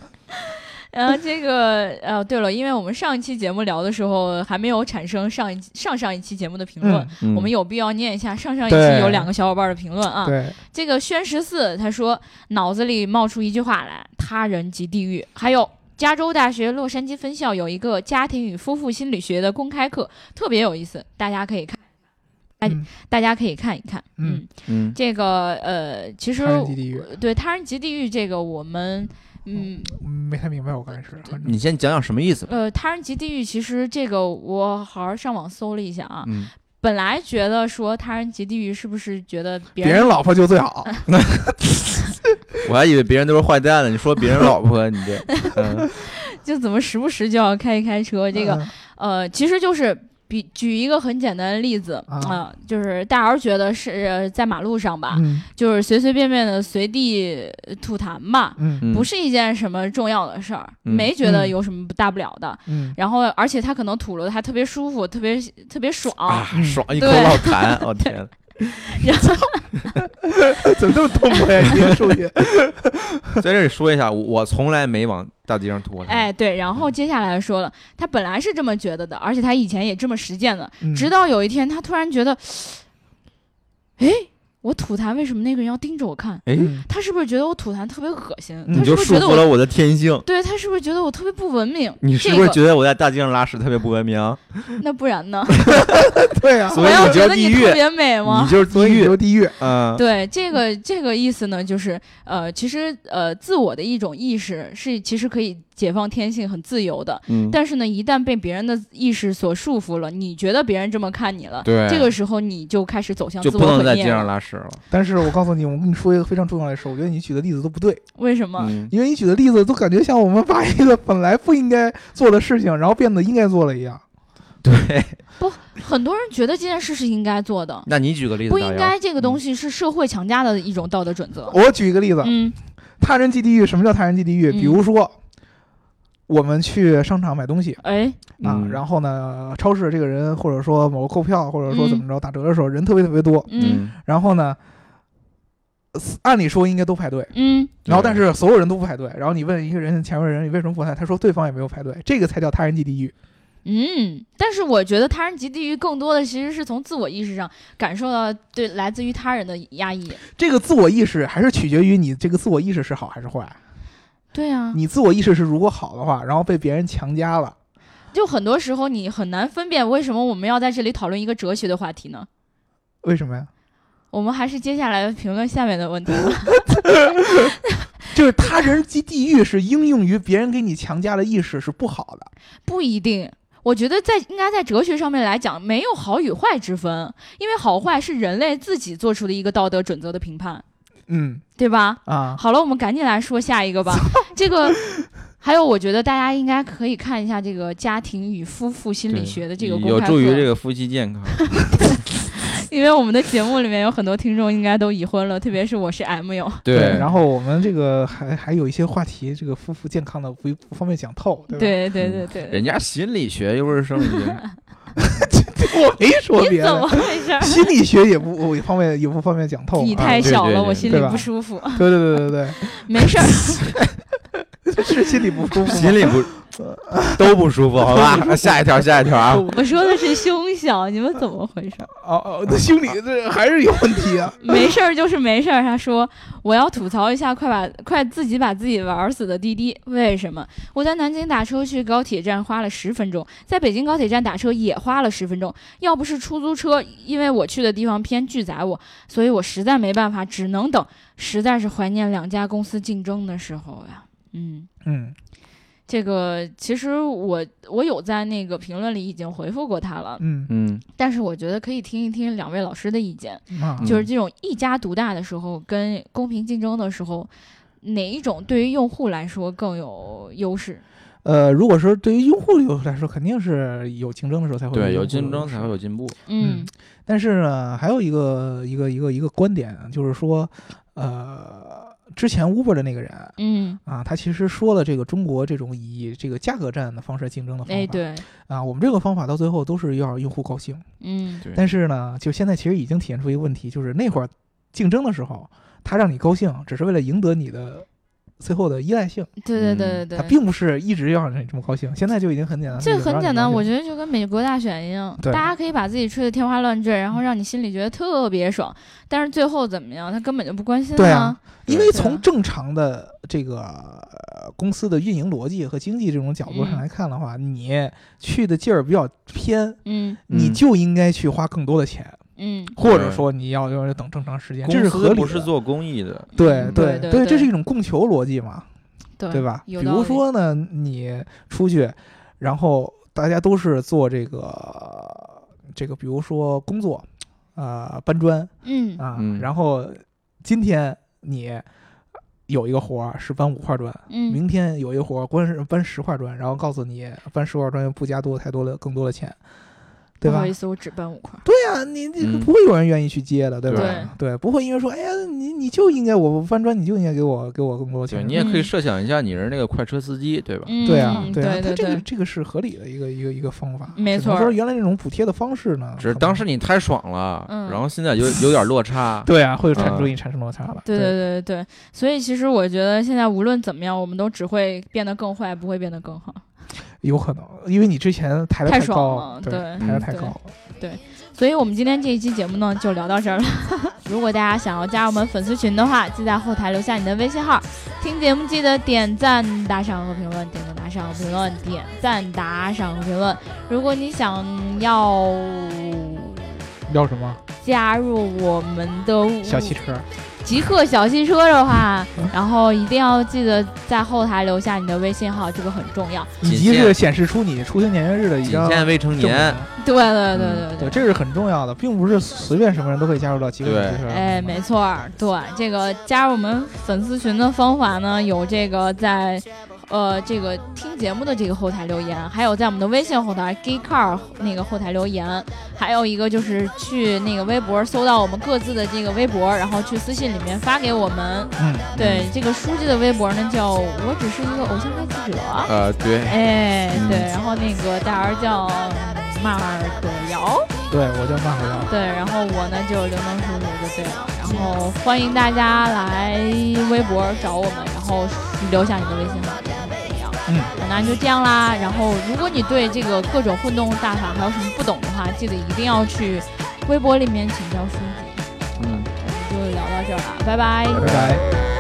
[SPEAKER 2] 然后这个呃，对了，因为我们上一期节目聊的时候还没有产生上一期上上一期节目的评论，
[SPEAKER 4] 嗯
[SPEAKER 2] 我们有必要念一下上上一期
[SPEAKER 3] 对
[SPEAKER 2] 有两个小伙伴的评论啊。
[SPEAKER 3] 对，
[SPEAKER 2] 这个宣十四他说脑子里冒出一句话来：他人即地狱。还有。加州大学洛杉矶分校有一个家庭与夫妇心理学的公开课，特别有意思，大家可以看，哎
[SPEAKER 3] 嗯
[SPEAKER 2] 大家可以看一看。
[SPEAKER 3] 嗯，
[SPEAKER 4] 嗯
[SPEAKER 2] 这个呃，其实
[SPEAKER 3] 他人及地狱，
[SPEAKER 2] 对他人及地狱这个，我们嗯
[SPEAKER 3] 没太明白我刚才是。
[SPEAKER 4] 你先讲讲什么意思吧。
[SPEAKER 2] 呃，他人及地狱其实这个我好好上网搜了一下啊，
[SPEAKER 4] 嗯，
[SPEAKER 2] 本来觉得说他人及地狱是不是觉得别
[SPEAKER 3] 别人老婆就最好，
[SPEAKER 4] *laughs* 我还以为别人都是坏蛋呢，你说别人老
[SPEAKER 2] *laughs*
[SPEAKER 4] 婆，你这，嗯
[SPEAKER 2] 就怎么时不时就要开一开车？ *laughs* 这个、
[SPEAKER 3] 嗯
[SPEAKER 2] 呃，其实就是比举一个很简单的例子
[SPEAKER 3] 啊
[SPEAKER 2] 呃就是大姚觉得是、呃在马路上吧，
[SPEAKER 3] 嗯
[SPEAKER 2] 就是随随便便的随地呃吐痰吧。
[SPEAKER 3] 嗯
[SPEAKER 2] 不是一件什么重要的事儿，
[SPEAKER 4] 嗯
[SPEAKER 2] 没觉得
[SPEAKER 3] 嗯
[SPEAKER 2] 有什么大不了的。
[SPEAKER 4] *laughs*
[SPEAKER 3] 嗯，
[SPEAKER 2] 然后，而且他可能吐了，还特别舒服，特别特别爽。
[SPEAKER 4] 啊，爽一口
[SPEAKER 2] 嗯对
[SPEAKER 4] 老痰，
[SPEAKER 2] *laughs*
[SPEAKER 4] 我天，
[SPEAKER 2] 然后，
[SPEAKER 3] 怎么这么痛快呀？你这个
[SPEAKER 2] *laughs*
[SPEAKER 3] 数据，
[SPEAKER 4] 在这里说一下，我我从来没往大街上吐过痰。
[SPEAKER 2] 哎，对，然后接下来说了，他本来是这么觉得的，而且他以前也这么实践的，
[SPEAKER 3] 嗯
[SPEAKER 2] 直到有一天他突然觉得，哎，我吐痰为什么那个人要盯着我看？
[SPEAKER 4] 哎
[SPEAKER 3] 嗯
[SPEAKER 2] 他是不是觉得我吐痰特别恶心？
[SPEAKER 3] 嗯
[SPEAKER 2] 他
[SPEAKER 4] 你
[SPEAKER 2] 是
[SPEAKER 4] 就
[SPEAKER 2] 不是
[SPEAKER 4] 束
[SPEAKER 2] 觉得
[SPEAKER 4] 缚
[SPEAKER 2] 我？
[SPEAKER 4] 了我的天性。
[SPEAKER 2] 对他是不是觉得我特别不文明？
[SPEAKER 4] 你是不是
[SPEAKER 2] 这
[SPEAKER 4] 觉得我在大街上拉屎特别不文明？
[SPEAKER 2] 个、那不然呢？
[SPEAKER 3] 对啊，
[SPEAKER 4] *laughs* 所
[SPEAKER 2] 我
[SPEAKER 4] 以
[SPEAKER 2] 要
[SPEAKER 4] 你
[SPEAKER 2] 觉
[SPEAKER 4] 就
[SPEAKER 2] 得
[SPEAKER 4] 地
[SPEAKER 2] 你
[SPEAKER 4] 狱
[SPEAKER 2] 特别美吗
[SPEAKER 4] 你？就是地
[SPEAKER 3] 所以
[SPEAKER 4] 狱
[SPEAKER 3] 就，地狱，
[SPEAKER 2] *laughs*
[SPEAKER 4] 嗯，
[SPEAKER 2] 对这个这个意思呢，就是呃，其实呃，自我的一种意识是其实可以解放天性，很自由的。
[SPEAKER 4] 嗯
[SPEAKER 2] 但是呢，一旦被别人的意识所束缚了，你觉得别人这么看你了，
[SPEAKER 4] 对
[SPEAKER 2] 这个时候你就开始走向
[SPEAKER 4] 就
[SPEAKER 2] 自
[SPEAKER 4] 不
[SPEAKER 2] 我
[SPEAKER 4] 能在
[SPEAKER 2] 毁
[SPEAKER 4] 街
[SPEAKER 2] 灭
[SPEAKER 4] 上
[SPEAKER 2] 了。
[SPEAKER 4] 拉屎了。
[SPEAKER 3] 但是我告诉你，我跟你说一个非常重要的事儿，我觉得你举的例子都不对，
[SPEAKER 2] 为什么？
[SPEAKER 4] 嗯
[SPEAKER 3] 因为你举的例子都感觉像我们把一个本来不应该做的事情，然后变得应该做了一样。
[SPEAKER 4] 对，
[SPEAKER 2] 很多人觉得这件事是应该做的，
[SPEAKER 4] 那你举个例子，
[SPEAKER 2] 不
[SPEAKER 4] 大
[SPEAKER 2] 应
[SPEAKER 4] 姚
[SPEAKER 2] 该这个东西是社会强加的一种道德准
[SPEAKER 4] 哦
[SPEAKER 2] 则。
[SPEAKER 3] 我举一个
[SPEAKER 4] 啊
[SPEAKER 3] 例子，
[SPEAKER 2] 嗯
[SPEAKER 3] 他人即地狱，什么叫他人即地狱？
[SPEAKER 2] 嗯
[SPEAKER 3] 比如说，我们去商场买东西
[SPEAKER 2] 哎，
[SPEAKER 3] 啊，
[SPEAKER 4] 嗯
[SPEAKER 3] 然后呢，超市这个人或者说某个购票或者说
[SPEAKER 2] 嗯
[SPEAKER 3] 怎么着打折的时候，人特别特别多，
[SPEAKER 2] 嗯
[SPEAKER 3] 然后呢，按理说应该都排队。
[SPEAKER 2] 嗯
[SPEAKER 3] 然后，但是所有人都不排队。然后你问一个人，前面人你为什么不排队？他说对方也没有排队，这个才叫他人即地狱。
[SPEAKER 2] 嗯，但是我觉得他人及地狱更多的其实是从自我意识上感受到对来自于他人的压抑。
[SPEAKER 3] 这个自我意识还是取决于你这个自我意识是好还是坏。
[SPEAKER 2] 对啊，
[SPEAKER 3] 你自我意识是如果好的话，然后被别人强加了，
[SPEAKER 2] 就很多时候你很难分辨为什么我们要在这里讨论一个哲学的话题呢？
[SPEAKER 3] 为什么呀？
[SPEAKER 2] 我们还是接下来评论下面的问题吧。
[SPEAKER 3] 就是他人即地狱是应用于别人给你强加的意识是不好的。
[SPEAKER 2] 不一定，我觉得在应该在哲学上面来讲，没有好与坏之分，因为好坏是人类自己做出的一个道德准则的评判，
[SPEAKER 3] 嗯
[SPEAKER 2] 对吧？
[SPEAKER 3] 啊，
[SPEAKER 2] 好了，我们赶紧来说下一个
[SPEAKER 3] *laughs*
[SPEAKER 2] 吧。这个，还有我觉得大家应该可以看一下这个家庭与夫妇心理
[SPEAKER 4] 对
[SPEAKER 2] 学的这个公
[SPEAKER 4] 有
[SPEAKER 2] 开
[SPEAKER 4] 助于
[SPEAKER 2] 课
[SPEAKER 4] 这个夫妻健康。
[SPEAKER 2] 因为我们的节目里面有很多听众应该都已婚了，特别是我是 M 友，
[SPEAKER 3] 然后我们这个还还有一些话题，这个夫妇健康的不不方便讲透，对吧？嗯
[SPEAKER 2] 对对对对，
[SPEAKER 4] 人家心理学又不是生理学，
[SPEAKER 3] *laughs* 我没说
[SPEAKER 2] 你
[SPEAKER 3] 别
[SPEAKER 2] 怎么
[SPEAKER 3] 的，
[SPEAKER 2] 回事儿？
[SPEAKER 3] 心理学也不我方面也不方便讲透啊。
[SPEAKER 2] 你太
[SPEAKER 4] 对对
[SPEAKER 2] 小了，
[SPEAKER 4] 对
[SPEAKER 2] 我心里
[SPEAKER 3] 对吧
[SPEAKER 2] 不舒服。
[SPEAKER 3] 对对对对
[SPEAKER 2] 没事儿，
[SPEAKER 3] 对， *laughs* 是心理不舒服吗。
[SPEAKER 4] *laughs* 心里不都不舒服，好吧？ *laughs* 下一条，下一条啊！
[SPEAKER 2] 我说的是胸小，你们怎么回事儿？
[SPEAKER 3] 哦哦，那心理这还是有问题啊。
[SPEAKER 2] 没事儿就是没事儿。他说我要吐槽一下，快把快自己把自己玩死的滴滴。为什么？我在南京打车去高铁站花了十分钟，在北京高铁站打车也花了十分钟。要不是出租车，因为我去的地方偏拒载我，所以我实在没办法，只能等。实在是怀念两家公司竞争的时候呀、嗯。
[SPEAKER 3] 嗯，
[SPEAKER 2] 这个其实我我有在那个评论里已经回复过他了，
[SPEAKER 3] 嗯
[SPEAKER 4] 嗯，
[SPEAKER 2] 但是我觉得可以听一听两位老师的意见，
[SPEAKER 3] 啊，
[SPEAKER 2] 就是这种一家独大的时候跟公平竞争的时候，哪一种对于用户来说更有优势？
[SPEAKER 3] 呃，如果说对于用户来说，肯定是有竞争的时候才会
[SPEAKER 4] 对，有
[SPEAKER 3] 用户
[SPEAKER 4] 竞争才
[SPEAKER 3] 优
[SPEAKER 4] 会
[SPEAKER 3] 势
[SPEAKER 4] 有进步。
[SPEAKER 2] 嗯
[SPEAKER 3] 嗯但是呢，还有一个一个一个一个观点，就是说，呃，之前 Uber 的那个人
[SPEAKER 2] 嗯，
[SPEAKER 3] 啊，他其实说了这个中国这种以这个价格战的方式竞争的方法，
[SPEAKER 2] 哎对，
[SPEAKER 3] 啊，我们这个方法到最后都是要让用户高兴。
[SPEAKER 2] 嗯
[SPEAKER 4] 对
[SPEAKER 3] 但是呢，就现在其实已经体现出一个问题，就是那会儿竞争的时候，他让你高兴，只是为了赢得你的最后的依赖性，
[SPEAKER 2] 对对对
[SPEAKER 4] 嗯
[SPEAKER 2] 对
[SPEAKER 3] 他
[SPEAKER 2] 对，
[SPEAKER 3] 并不是一直要让你这么高兴。现在就已经很简单了，
[SPEAKER 2] 这很简单，我
[SPEAKER 3] 得
[SPEAKER 2] 觉得就跟美国大选一样，
[SPEAKER 3] 对
[SPEAKER 2] 大家可以把自己吹得天花乱坠，然后让你心里觉得特别爽，但是最后怎么样，他根本就不关心
[SPEAKER 3] 对啊，因为
[SPEAKER 2] 对
[SPEAKER 3] 从正常的这个呃公司的运营逻辑和经济这种角度上
[SPEAKER 2] 嗯
[SPEAKER 3] 来看的话，你去的劲儿比较偏，
[SPEAKER 2] 嗯
[SPEAKER 3] 你
[SPEAKER 4] 嗯
[SPEAKER 3] 就应该去花更多的钱，
[SPEAKER 2] 嗯，
[SPEAKER 3] 或者
[SPEAKER 4] 对
[SPEAKER 3] 说你要要等正常时间，
[SPEAKER 4] 公
[SPEAKER 3] 这是合
[SPEAKER 4] 司
[SPEAKER 3] 理的。
[SPEAKER 4] 不是做公益的，
[SPEAKER 3] 对
[SPEAKER 2] 嗯对对
[SPEAKER 3] 对
[SPEAKER 2] 对
[SPEAKER 3] 这是一种供求逻辑嘛，
[SPEAKER 2] 对
[SPEAKER 3] 对吧？比
[SPEAKER 2] 有道理
[SPEAKER 3] 如说呢，你出去，然后大家都是做这个这个，比如说工作，呃，搬砖
[SPEAKER 2] 嗯
[SPEAKER 3] 啊，
[SPEAKER 4] 嗯
[SPEAKER 3] 然后今天你有一个活儿是搬五块砖，
[SPEAKER 2] 嗯，
[SPEAKER 3] 明天有一个活儿光是搬十块砖，然后告诉你搬十块砖又不加多太多的更多的钱，对
[SPEAKER 2] 不
[SPEAKER 3] 吧
[SPEAKER 2] 好意？思，我只搬五块儿。
[SPEAKER 3] 对呀、你你
[SPEAKER 4] 嗯
[SPEAKER 3] 不会有人愿意去接的，对吧？对，不会因为说，哎呀，你你就应该我搬砖，你就应该给我给我更多
[SPEAKER 4] 对
[SPEAKER 3] 钱。
[SPEAKER 4] 你也可
[SPEAKER 2] 嗯
[SPEAKER 4] 以设想一下，你是那个快车司机，对吧？
[SPEAKER 2] 嗯，
[SPEAKER 3] 对啊，
[SPEAKER 2] 嗯
[SPEAKER 3] 对啊，
[SPEAKER 2] 对
[SPEAKER 3] 它
[SPEAKER 2] 对
[SPEAKER 3] 这个这个是合理的一个一个一个方法。
[SPEAKER 2] 没
[SPEAKER 3] 只
[SPEAKER 2] 错
[SPEAKER 3] 能
[SPEAKER 2] 儿
[SPEAKER 3] 说原来那种补贴的方式呢，
[SPEAKER 4] 只是
[SPEAKER 3] 可能
[SPEAKER 4] 当时你太爽了，
[SPEAKER 2] 嗯
[SPEAKER 4] 然后现在有有点落 *laughs* 差。
[SPEAKER 3] 对啊，会有产
[SPEAKER 4] 啊
[SPEAKER 3] 容易产生落差了。
[SPEAKER 2] 对对对对，所以其实我觉得现在无论怎么样，我们都只会变得更坏，不会变得更好。
[SPEAKER 3] 有可能，因为你之前抬的
[SPEAKER 2] 太爽
[SPEAKER 3] 高
[SPEAKER 2] 了，对
[SPEAKER 3] 抬的
[SPEAKER 4] 嗯
[SPEAKER 3] 太
[SPEAKER 2] 对
[SPEAKER 3] 高了。
[SPEAKER 2] 所以我们今天这一期节目呢，就聊到这儿了。 *laughs* 如果大家想要加入我们粉丝群的话，记在后台留下你的微信号。听节目记得点赞、打赏和评论，点赞、打赏和评论，点赞、打赏和评论。如果你想要
[SPEAKER 3] 要什么
[SPEAKER 2] 加入我们的
[SPEAKER 3] 小汽车？
[SPEAKER 2] 极客小汽车的话
[SPEAKER 3] 嗯，
[SPEAKER 2] 然后一定要记得在后台留下你的微信号，这个很重要。
[SPEAKER 3] 以及
[SPEAKER 4] 嗯仅限
[SPEAKER 3] 是显示出你出生年月日的一
[SPEAKER 4] 仅
[SPEAKER 3] 张
[SPEAKER 4] 限未成
[SPEAKER 3] 证明
[SPEAKER 4] 年，
[SPEAKER 2] 对对对
[SPEAKER 3] 对，
[SPEAKER 2] 对
[SPEAKER 3] 这是很重要的，并不是随便什么人都可以加入到极客
[SPEAKER 4] 对
[SPEAKER 3] 汽车。
[SPEAKER 2] 对，哎，没错儿，对这个加入我们粉丝群的方法呢，有这个在。呃，这个听节目的这个后台留言，还有在我们的微信后台 Geek Car 那个后台留言，还有一个就是去那个微博搜到我们各自的这个微博，然后去私信里面发给我们。
[SPEAKER 3] 嗯，
[SPEAKER 2] 对，这个书记的微博呢叫“我只是一个偶像派记者”。
[SPEAKER 4] 呃，对，
[SPEAKER 2] 哎，
[SPEAKER 4] 嗯
[SPEAKER 2] 对，然后那个大儿叫马尔葛瑶，
[SPEAKER 3] 对我叫马海
[SPEAKER 2] 对，然后我呢就刘能叔叔就对了，然后欢迎大家来微博找我们，然后留下你的微信号。
[SPEAKER 3] 嗯，
[SPEAKER 2] 那就这样啦。然后，如果你对这个各种混动大法还有什么不懂的话，记得一定要去微博里面请教书记。
[SPEAKER 4] 嗯。
[SPEAKER 2] 就聊到这儿了，拜拜
[SPEAKER 3] 拜拜。
[SPEAKER 1] Bye.